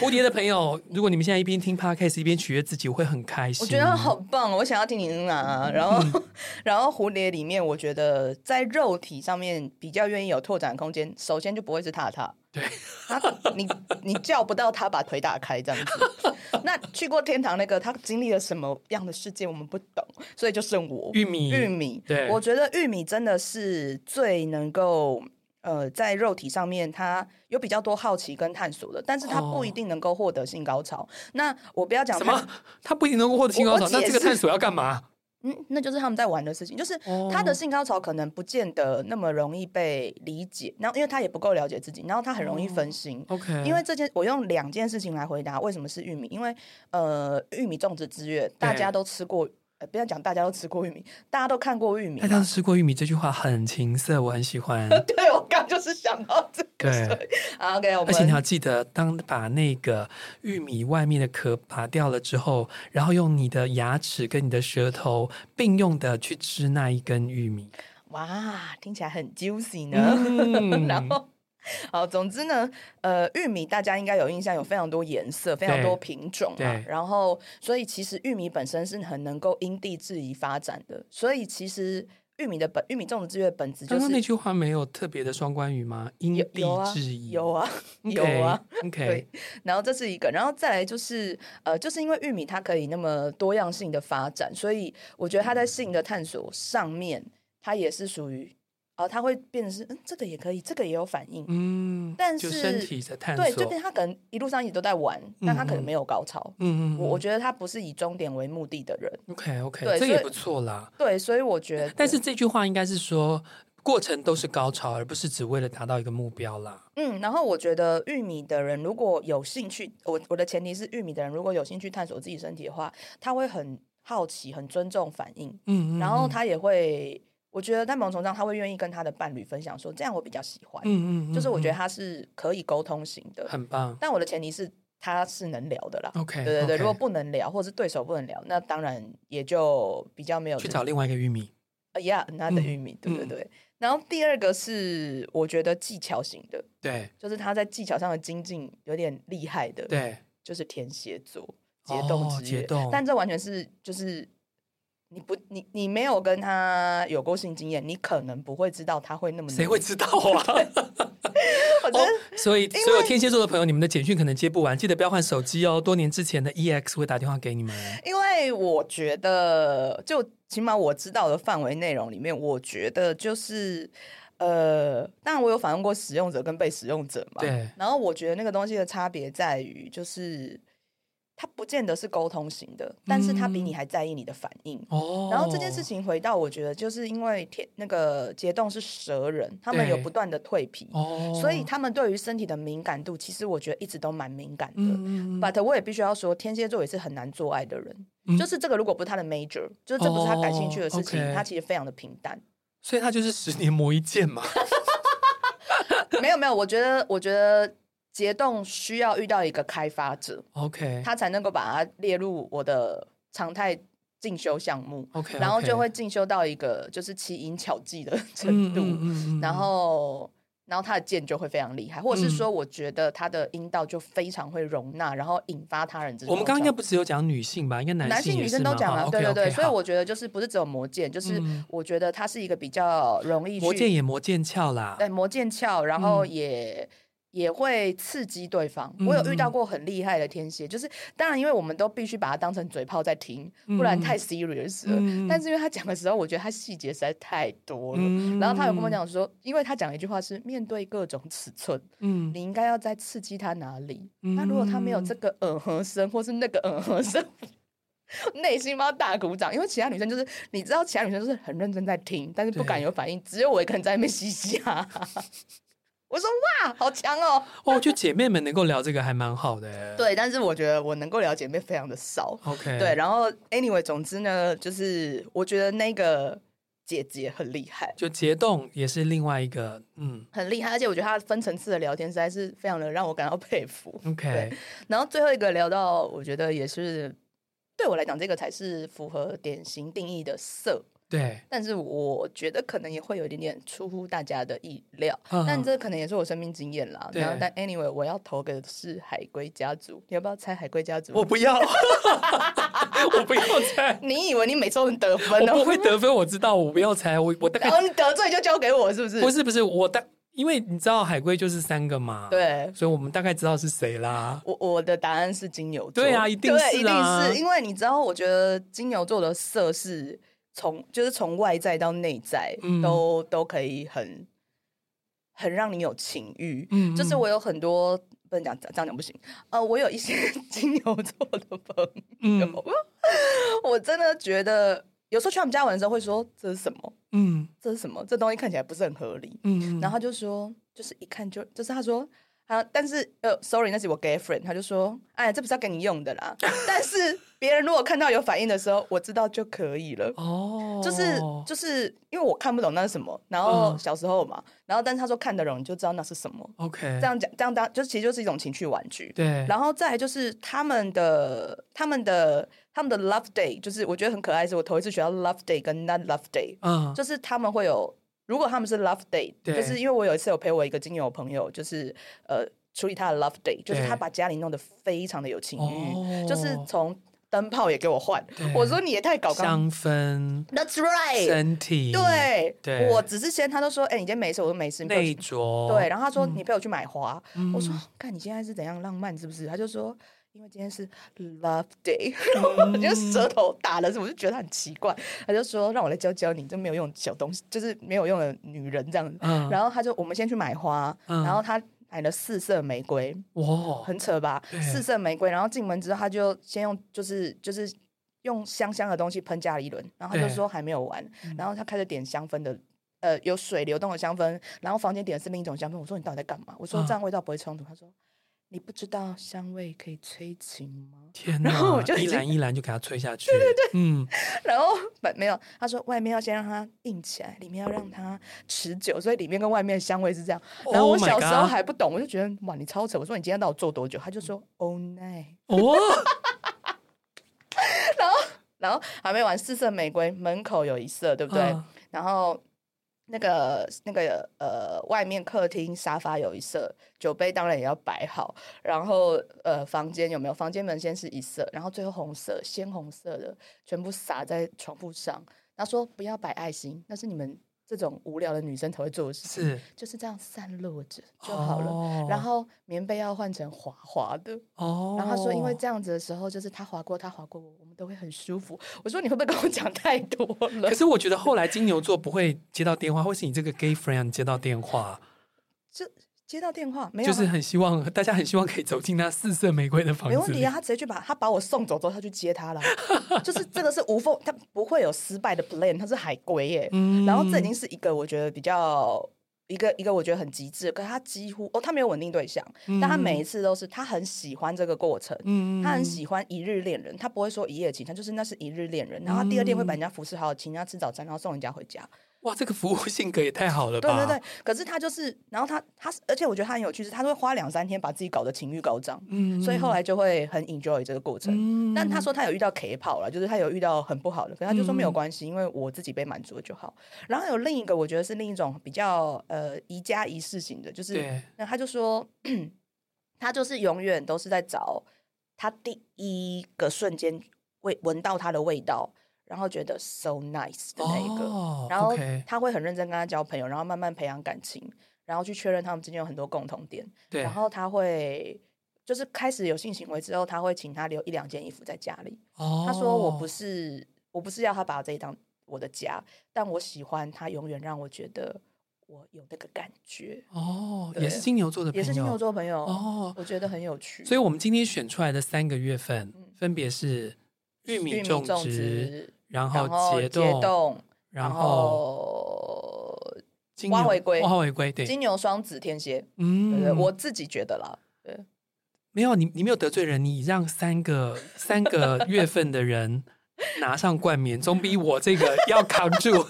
[SPEAKER 2] 蝴蝶的朋友，如果你们现在一边听 podcast 一边取悦自己，我会很开心。
[SPEAKER 3] 我觉得好棒，我想要听你嗯啊。然后， 然后蝴蝶里面，我觉得在肉体上面比较愿意有拓展空间。首先就不会是踏踏，
[SPEAKER 2] 对，
[SPEAKER 3] 他你你叫不到他把腿打开这样 子。那去过天堂那个，他经历了什么样的世界，我们不懂，所以就剩我
[SPEAKER 2] 玉米
[SPEAKER 3] 玉米，
[SPEAKER 2] 对
[SPEAKER 3] 我觉得玉米真的是最能够。呃，在肉体上面，他有比较多好奇跟探索的，但是他不一
[SPEAKER 2] 哦
[SPEAKER 3] 定能够获得性高潮。那我不要讲
[SPEAKER 2] 什
[SPEAKER 3] 太
[SPEAKER 2] 么？他不一定能够获得性高潮，
[SPEAKER 3] 我
[SPEAKER 2] 那
[SPEAKER 3] 我解
[SPEAKER 2] 这
[SPEAKER 3] 释
[SPEAKER 2] 个探索要干嘛？
[SPEAKER 3] 嗯，那就是他们在玩的事情，就是他
[SPEAKER 2] 哦
[SPEAKER 3] 的性高潮可能不见得那么容易被理解，然后因为他也不够了解自己，然后他很容易分心。
[SPEAKER 2] 哦 OK，
[SPEAKER 3] 因为这件，我用两件事情来回答为什么是玉米，因为呃，玉米种植之月，大家都吃过，呃，不要讲大家都吃过玉米，大家都看过玉米
[SPEAKER 2] 大家都
[SPEAKER 3] 嘛。
[SPEAKER 2] 吃过玉米这句话很情色，我很 喜欢。
[SPEAKER 3] 对，我刚就是想到这个。
[SPEAKER 2] 对
[SPEAKER 3] 所以啊，OK，我
[SPEAKER 2] 而且你要
[SPEAKER 3] 们
[SPEAKER 2] 记得，当把那个玉米外面的壳拔掉了之后，然后用你的牙齿跟你的舌头并用的去吃那一根玉米。
[SPEAKER 3] 哇，听起来很 juicy 呢。嗯然
[SPEAKER 2] 嗯，
[SPEAKER 3] 后，好，总之呢，呃，玉米大家应该有印象，有非常多颜色，非常
[SPEAKER 2] 对
[SPEAKER 3] 多品种啊
[SPEAKER 2] 对。
[SPEAKER 3] 然后，所以其实玉米本身是很能够因地制宜发展的。所以其实玉米的本，玉米种植制约本质就
[SPEAKER 2] 刚刚那
[SPEAKER 3] 是
[SPEAKER 2] 句话没有特别的双关语吗？因
[SPEAKER 3] 有
[SPEAKER 2] 地
[SPEAKER 3] 有啊
[SPEAKER 2] 制宜，
[SPEAKER 3] 有啊有
[SPEAKER 2] OK，
[SPEAKER 3] 啊。
[SPEAKER 2] ，OK，
[SPEAKER 3] 然后这是一个，然后再来就是呃，就是因为玉米它可以那么多样性的发展，所以我觉得它在性的探索上面，它也是属于啊，它会变成是嗯，这个也可以，这个也有反应，
[SPEAKER 2] 嗯，
[SPEAKER 3] 但
[SPEAKER 2] 就是身体的探
[SPEAKER 3] 对，
[SPEAKER 2] 索
[SPEAKER 3] 这，边他可能一路上也都在玩，但他可能没有高潮。
[SPEAKER 2] 嗯嗯，
[SPEAKER 3] 我我觉得他不是以终点为目的的人，
[SPEAKER 2] OK OK，
[SPEAKER 3] 对
[SPEAKER 2] 这
[SPEAKER 3] 所
[SPEAKER 2] 也
[SPEAKER 3] 以
[SPEAKER 2] 不错啦。
[SPEAKER 3] 对，所以我觉得，
[SPEAKER 2] 但是这句话应该是说，过程都是高潮，而不是只为了达到一个目标啦。
[SPEAKER 3] 嗯，然后我觉得玉米的人如果有兴趣，我我的前提是玉米的人如果有兴趣探索自己身体的话，他会很好奇，很尊重反应，
[SPEAKER 2] 嗯，嗯
[SPEAKER 3] 然后
[SPEAKER 2] 嗯
[SPEAKER 3] 他也会，我觉得在某种程度上他会愿意跟他的伴侣分享说，这样我比较喜欢，
[SPEAKER 2] 嗯嗯嗯，
[SPEAKER 3] 就是我觉得
[SPEAKER 2] 嗯
[SPEAKER 3] 他是可以沟通型的，
[SPEAKER 2] 很棒。
[SPEAKER 3] 但我的前提是他是能聊的啦。
[SPEAKER 2] OK，
[SPEAKER 3] 对对对
[SPEAKER 2] OK
[SPEAKER 3] 如果不能聊，或者是对手不能聊，那当然也就比较没有
[SPEAKER 2] 去找另外一个玉米，
[SPEAKER 3] 呃 yeah 那的
[SPEAKER 2] 嗯
[SPEAKER 3] 玉米，对对
[SPEAKER 2] 嗯
[SPEAKER 3] 对。然后第二个是我觉得技巧型的，
[SPEAKER 2] 对
[SPEAKER 3] 就是他在技巧上的精进有点厉害的，，
[SPEAKER 2] 对，
[SPEAKER 3] 就是天蝎座。节动
[SPEAKER 2] 哦
[SPEAKER 3] 之
[SPEAKER 2] 节
[SPEAKER 3] 月，
[SPEAKER 2] 动
[SPEAKER 3] 但这完全是就是你不你你没有跟他有过性经验，你可能不会知道他会那么努力
[SPEAKER 2] 谁会？知道 啊？
[SPEAKER 3] 我觉
[SPEAKER 2] 哦
[SPEAKER 3] 得，
[SPEAKER 2] 所以所有天蝎座的朋友，你们的简讯可能接不完，记得不要换手机哦。多年之前的 EX 会打电话给你们。
[SPEAKER 3] 因为我觉得，就起码我知道的范围内容里面，我觉得就是，呃，当然我有访问过使用者跟被使用者嘛，
[SPEAKER 2] 对
[SPEAKER 3] 然后我觉得那个东西的差别在于，就是它不见得是沟通型的，但是它比你还在意你的反应。
[SPEAKER 2] 嗯哦，
[SPEAKER 3] 然后这件事情回到，我觉得就是因为天那个结冻是蛇人，他们有
[SPEAKER 2] 对
[SPEAKER 3] 不断的蜕皮，
[SPEAKER 2] 哦，
[SPEAKER 3] 所以他们对于身体的敏感度，其实我觉得一直都蛮敏感的。
[SPEAKER 2] 嗯，
[SPEAKER 3] But 我也必须要说，天蝎座也是很难做爱的人，
[SPEAKER 2] 嗯
[SPEAKER 3] 就是这个如果不是他的 major，就是这不是他感兴趣的事情
[SPEAKER 2] 哦，OK
[SPEAKER 3] 他其实非常的平淡。
[SPEAKER 2] 所以他就是十年磨一 剑嘛。
[SPEAKER 3] 没有没有，我觉得我觉得结冻需要遇到一个开发者，
[SPEAKER 2] OK
[SPEAKER 3] 他才能够把它列入我的常态进修项目，
[SPEAKER 2] 哎 OK，
[SPEAKER 3] 然后就会进修到一个就是奇淫巧技的程度，
[SPEAKER 2] 嗯
[SPEAKER 3] 然后。然后他的剑就会非常厉害，或者是说，我觉得他的阴道就非常会容纳，然后引发他人这种。
[SPEAKER 2] 我们刚刚应该不只有讲女性吧？应该
[SPEAKER 3] 男
[SPEAKER 2] 性
[SPEAKER 3] 性
[SPEAKER 2] 也
[SPEAKER 3] 女
[SPEAKER 2] 是
[SPEAKER 3] 生都
[SPEAKER 2] 嘛
[SPEAKER 3] 讲
[SPEAKER 2] 哈
[SPEAKER 3] 了，对对
[SPEAKER 2] OK，OK，
[SPEAKER 3] 对，所以
[SPEAKER 2] 好
[SPEAKER 3] 我觉得就是不是只有魔剑，就是
[SPEAKER 2] 嗯
[SPEAKER 3] 我觉得它是一个比较容易
[SPEAKER 2] 魔
[SPEAKER 3] 去
[SPEAKER 2] 剑也魔剑鞘啦。
[SPEAKER 3] 对魔剑鞘，然后
[SPEAKER 2] 嗯
[SPEAKER 3] 也。也会刺激对方。
[SPEAKER 2] 嗯
[SPEAKER 3] 我有遇到
[SPEAKER 2] 嗯
[SPEAKER 3] 过很厉害的天蝎，就是当然，因为我们都必须把它当成嘴炮在听，不然
[SPEAKER 2] 嗯
[SPEAKER 3] 太 serious 了。
[SPEAKER 2] 嗯
[SPEAKER 3] 但是因为他讲的时候，我觉得他细节实在太多了。
[SPEAKER 2] 嗯
[SPEAKER 3] 然后他有跟我，讲说，因为他讲一句话是面对各种尺寸，
[SPEAKER 2] 嗯
[SPEAKER 3] 你应该要再刺激他哪里？
[SPEAKER 2] 嗯
[SPEAKER 3] 那如果他没有这个嗯哼声，或是那个嗯哼声，内心帮他大鼓掌，因为其他女生就是你知道，其他女生就是很认真在听，但是不敢
[SPEAKER 2] 对
[SPEAKER 3] 有反应，只有我一个人在那边嘻嘻哈哈。 我说哇，好强哦！
[SPEAKER 2] 哦，我觉得姐妹们能够聊这个还蛮好的欸。
[SPEAKER 3] 对，但是我觉得我能够了解妹非常的少。
[SPEAKER 2] ，OK，
[SPEAKER 3] 对，，然后 anyway，总之呢，就是我觉得那个姐姐很厉害，
[SPEAKER 2] 就结冻也是另外一个，嗯
[SPEAKER 3] 很厉害，而且我觉得她分层次的聊天实在是非常的让我感到佩服。
[SPEAKER 2] ，OK，
[SPEAKER 3] 然后最后一个聊到，我觉得也是对我来讲，这个才是符合典型定义的色，
[SPEAKER 2] 对，
[SPEAKER 3] 但是我觉得可能也会有一点点出乎大家的意料。
[SPEAKER 2] 嗯
[SPEAKER 3] 但这可能也是我生命经验啦。
[SPEAKER 2] 对
[SPEAKER 3] 然后，但 anyway，我要投给的是海龟家族。你要不要猜海龟家族？
[SPEAKER 2] 我不要， 我不要 猜，
[SPEAKER 3] 你以为你每次都能得分
[SPEAKER 2] 我不
[SPEAKER 3] 哦？
[SPEAKER 2] 会得分，我知道，我不要猜，我我大
[SPEAKER 3] 然
[SPEAKER 2] 概
[SPEAKER 3] 后你得罪就交给我，是哦不是？
[SPEAKER 2] 不，是不是我大，因为你知道海龟就是三个嘛，，
[SPEAKER 3] 对。
[SPEAKER 2] 所以我们大概知道是谁啦。
[SPEAKER 3] 我我的答案是金牛座，
[SPEAKER 2] 对啊一定
[SPEAKER 3] 对
[SPEAKER 2] 是
[SPEAKER 3] 一定
[SPEAKER 2] 啊
[SPEAKER 3] 是因为你知道，我觉得金牛座的色是从就是从外在到内在、
[SPEAKER 2] 嗯
[SPEAKER 3] 都都可以很很让你有情欲，
[SPEAKER 2] 嗯
[SPEAKER 3] 就是
[SPEAKER 2] 嗯
[SPEAKER 3] 我有很多不能讲这样讲不行，呃，我有一些 金牛座的朋友，
[SPEAKER 2] 嗯
[SPEAKER 3] 我真的觉得有时候去他们家玩的时候会说这是什么，
[SPEAKER 2] 嗯
[SPEAKER 3] 这是什么，这东西看起来不是很合理，
[SPEAKER 2] 嗯，
[SPEAKER 3] 然后他就说，就是一看就，就是他说，啊，但是呃，sorry，那是我 gay friend，他就说，哎，这不是要给你用的 啦，但是别人如果看到有反应的时候，我知道就可以了。
[SPEAKER 2] 哦，
[SPEAKER 3] 就是就是因为我看不懂那是什么，然后
[SPEAKER 2] 嗯
[SPEAKER 3] 小时候嘛，然后但是他说看得懂你就知道那是什么，
[SPEAKER 2] OK，
[SPEAKER 3] 这样讲这样当就其实就是一种情趣玩具。
[SPEAKER 2] 对，
[SPEAKER 3] 然后再来就是他们的他们的他们的 love day，就是我觉得很可爱，是我头一次学到 love day 跟 not love day，
[SPEAKER 2] 嗯，
[SPEAKER 3] 就是他们会有，如果他们是 love date，
[SPEAKER 2] 对
[SPEAKER 3] 就是因为我有一次有陪我一个金牛朋友，就是呃处理他的 love date，就是
[SPEAKER 2] 对
[SPEAKER 3] 他把家里弄得非常的有情欲，
[SPEAKER 2] 哦
[SPEAKER 3] 就是从灯泡也给我换
[SPEAKER 2] 对，
[SPEAKER 3] 我说你也太搞刚
[SPEAKER 2] 香氛、
[SPEAKER 3] ，That's right，
[SPEAKER 2] 身体，
[SPEAKER 3] 对，
[SPEAKER 2] 对
[SPEAKER 3] 我只是先他都说，哎、你今天没事，我说没事，你陪我
[SPEAKER 2] 内
[SPEAKER 3] 去
[SPEAKER 2] 着，
[SPEAKER 3] 对，然后他说、你陪我去买花，
[SPEAKER 2] 嗯
[SPEAKER 3] 我说看你现在是怎样浪漫是不是？他就说。因为今天是 Love Day，然后我就
[SPEAKER 2] 嗯
[SPEAKER 3] 舌头打了，我就觉得他很奇怪。他就说让我来教教你这没有用的小东西，就是没有用的女人这样。
[SPEAKER 2] 嗯
[SPEAKER 3] 然后他就我们先去买花，
[SPEAKER 2] 嗯
[SPEAKER 3] 然后他买了四色玫瑰，
[SPEAKER 2] 哇，
[SPEAKER 3] 很扯吧？
[SPEAKER 2] 对
[SPEAKER 3] 四色玫瑰，然后进门之后他就先用就是就是用香香的东西喷家里一轮，然后他就
[SPEAKER 2] 对嗯
[SPEAKER 3] 说还没有完，然后他开始点香氛的。呃，有水流动的香氛，然后房间点的是另一种香氛。我说你到底在干嘛？我说
[SPEAKER 2] 嗯
[SPEAKER 3] 这样味道不会冲突。他说你不知道香味可以催情吗？
[SPEAKER 2] 天
[SPEAKER 3] 然后我就
[SPEAKER 2] 一
[SPEAKER 3] 已经
[SPEAKER 2] 篮一篮就给它吹下去，对对对，嗯，
[SPEAKER 3] 然后没没有，他说外面要先让它硬起来，里面要让它持久，所以里面跟外面的香味是这样。然后
[SPEAKER 2] Oh
[SPEAKER 3] 我
[SPEAKER 2] my
[SPEAKER 3] 小时候
[SPEAKER 2] God
[SPEAKER 3] 还不懂，我就觉得哇，你超扯！我说你今天到底做多久？他就说 all night。
[SPEAKER 2] 哦，
[SPEAKER 3] 然后还没完，四色玫瑰门口有一色，对不对？
[SPEAKER 2] 嗯
[SPEAKER 3] 然后那个那个呃，外面客厅沙发有一色，酒杯当然也要摆好，然后呃，房间有没有？房间门先是一色，然后最后红色、鲜红色的全部撒在床铺上。他说不要摆爱心，那是你们这种无聊的女生才会做的事情，
[SPEAKER 2] 是
[SPEAKER 3] 就是这样散落着就好了。
[SPEAKER 2] 哦
[SPEAKER 3] 然后棉被要换成滑滑的，
[SPEAKER 2] 哦，
[SPEAKER 3] 然后他说，因为这样子的时候，就是他划过，他划过我，我们都会很舒服。我说你会不会跟我讲太多了
[SPEAKER 2] 可？是我觉得后来金牛座不会接到电话，或是你这个 gay friend 接到电话，
[SPEAKER 3] 接到电话没有
[SPEAKER 2] 就
[SPEAKER 3] 啊？
[SPEAKER 2] 是很希望大家很希望可以走进那四色玫瑰的房
[SPEAKER 3] 没
[SPEAKER 2] 子。
[SPEAKER 3] 问题啊，！他直接去把他把我送走之后，他去接 他了，就是这个是无缝，他不会有失败的 plan，他是海归耶。
[SPEAKER 2] 嗯
[SPEAKER 3] 然后这已经是一个我觉得比较一个一个我觉得很极致，可是他几乎哦，他没有稳定对象，但他每一次都是他很喜欢这个过程，
[SPEAKER 2] 嗯
[SPEAKER 3] 他很喜欢一日恋人，他不会说一夜情，他就是那是一日恋人。然后他第二天
[SPEAKER 2] 嗯
[SPEAKER 3] 会把人家服侍好，请人家吃早餐，然后送人家回家。
[SPEAKER 2] 哇，这个服务性格也太好了
[SPEAKER 3] 对
[SPEAKER 2] 吧？
[SPEAKER 3] 对对，，可是他就是，然后他他，而且我觉得他很有趣，是他会花两三天把自己搞得情欲高涨，
[SPEAKER 2] 嗯
[SPEAKER 3] 所以后来就会很 enjoy 这个过程。
[SPEAKER 2] 嗯
[SPEAKER 3] 但他说他有遇到 K 跑了，就是他有遇到很不好的，可是他就说
[SPEAKER 2] 嗯
[SPEAKER 3] 没有关系，因为我自己被满足了就好。然后有另一个，我觉得是另一种比较呃宜家宜室型的，就是
[SPEAKER 2] 对，
[SPEAKER 3] 那他就说他就是永远都是在找他第一个瞬间味闻到他的味道，然后觉得 so nice 的那一个。
[SPEAKER 2] 哦
[SPEAKER 3] 然后
[SPEAKER 2] OK，
[SPEAKER 3] 他会很认真跟他交朋友，然后慢慢培养感情，然后去确认他们之间有很多共同点。
[SPEAKER 2] 对，
[SPEAKER 3] 然后他会就是开始有性行为之后，他会请他留一两件衣服在家里。
[SPEAKER 2] 哦
[SPEAKER 3] 他说：“我不是，我不是要他把这里当我的家，但我喜欢他永远让我觉得我有那个感觉。
[SPEAKER 2] 哦，
[SPEAKER 3] 对
[SPEAKER 2] 也是金牛座的朋
[SPEAKER 3] 也
[SPEAKER 2] 友，
[SPEAKER 3] 是金牛座朋友，
[SPEAKER 2] 哦。
[SPEAKER 3] 我觉得很有趣。
[SPEAKER 2] 所以我们今天选出来的三个月份
[SPEAKER 3] 嗯，
[SPEAKER 2] 分别是玉
[SPEAKER 3] 玉
[SPEAKER 2] 米
[SPEAKER 3] 米
[SPEAKER 2] 种
[SPEAKER 3] 种
[SPEAKER 2] 植，
[SPEAKER 3] 植，
[SPEAKER 2] 然
[SPEAKER 3] 然后结
[SPEAKER 2] 结冻，
[SPEAKER 3] 冻，
[SPEAKER 2] 然后
[SPEAKER 3] 后
[SPEAKER 2] 金
[SPEAKER 3] 花
[SPEAKER 2] 牛
[SPEAKER 3] 卉龟
[SPEAKER 2] 花卉龟，对，
[SPEAKER 3] 金牛、双子、天蝎，对对
[SPEAKER 2] 嗯，
[SPEAKER 3] 我自己觉得啦。
[SPEAKER 2] 没有你，你没有得罪人，你让三个三个月份的人拿上冠冕，总比我这个要扛住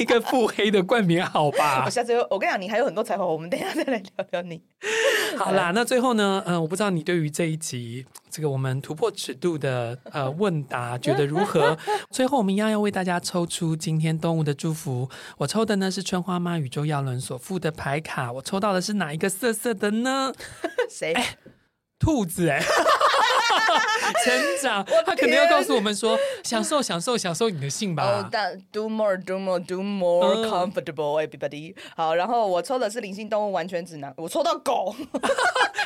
[SPEAKER 2] 一个腹黑的冠冕好吧
[SPEAKER 3] 我？下次又我跟你讲，你还有很多才华，我们等一下再来聊聊你。
[SPEAKER 2] 好啦，那最后呢，嗯、我不知道你对于这一集这个我们突破尺度的呃问答觉得如 何？最后我们一样要为大家抽出今天动物的祝福，我抽的呢是春花妈宇宙耀伦所附的牌卡，我抽到的是哪一个色色的呢？
[SPEAKER 3] 谁？
[SPEAKER 2] 兔子 哎、成长，他可能要告诉我们说，享受享受享受你的性
[SPEAKER 3] 哦
[SPEAKER 2] 吧，。
[SPEAKER 3] 但 do more, do more, do more
[SPEAKER 2] 嗯
[SPEAKER 3] comfortable, everybody。好，然后我抽的是灵性动物完全指南，我抽到狗，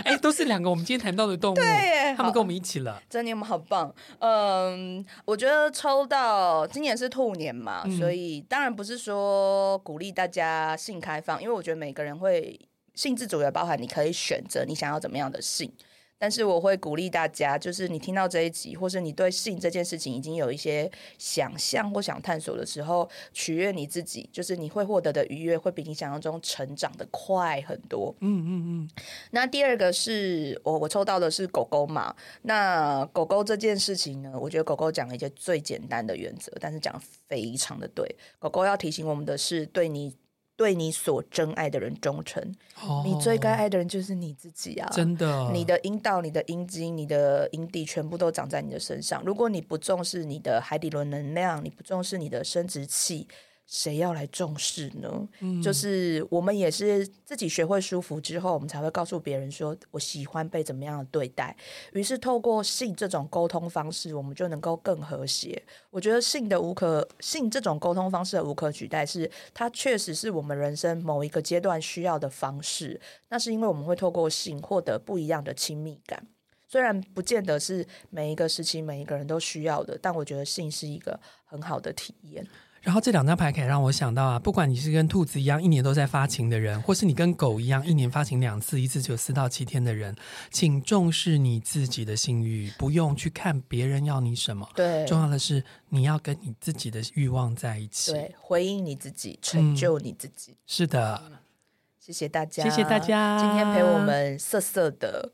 [SPEAKER 2] 哎、都是两个我们今天谈到的动物，
[SPEAKER 3] 耶
[SPEAKER 2] 他们
[SPEAKER 3] 好
[SPEAKER 2] 跟我们一起了。
[SPEAKER 3] 真的你们好棒。嗯，我觉得抽到今年是兔年嘛，
[SPEAKER 2] 嗯
[SPEAKER 3] 所以当然不是说鼓励大家性开放，因为我觉得每个人会性自主也包含你可以选择你想要怎么样的性。但是我会鼓励大家，就是你听到这一集，或是你对性这件事情已经有一些想象或想探索的时候，取悦你自己，就是你会获得的愉悦会比你想象中成长的快很多。
[SPEAKER 2] 嗯嗯
[SPEAKER 3] 那第二个是我我抽到的是狗狗嘛，那狗狗这件事情呢，我觉得狗狗讲了一些最简单的原则，但是讲得非常的对。狗狗要提醒我们的是，对你对你所真爱的人忠诚，
[SPEAKER 2] 嗯，哦
[SPEAKER 3] 你最该爱的人就是你自己啊。
[SPEAKER 2] 真的，
[SPEAKER 3] 你的阴道、你的阴茎、你的阴蒂，全部都长在你的身上。如果你不重视你的海底轮能量，你不重视你的生殖器，谁要来重视呢？就是我们也是自己学会舒服之后，我们才会告诉别人说我喜欢被怎么样的对待。于是透过性这种沟通方式，我们就能够更和谐。我觉得性的无可性这种沟通方式的无可取代是，它确实是我们人生某一个阶段需要的方式。那是因为我们会透过性获得不一样的亲密感。虽然不见得是每一个时期每一个人都需要的，但我觉得性是一个很好的体验。
[SPEAKER 2] 然后这两张牌可以让我想到啊，不管你是跟兔子一样一年都在发情的人，或是你跟狗一样一年发情两次，一次只有四到七天的人，请重视你自己的性欲，不用去看别人要你什么。
[SPEAKER 3] 对，
[SPEAKER 2] 重要的是你要跟你自己的欲望在一起。
[SPEAKER 3] 对，回应你自己，成就你自己。
[SPEAKER 2] 是的。
[SPEAKER 3] 谢谢大家，
[SPEAKER 2] 嗯谢谢大家
[SPEAKER 3] 今天陪我们色色的。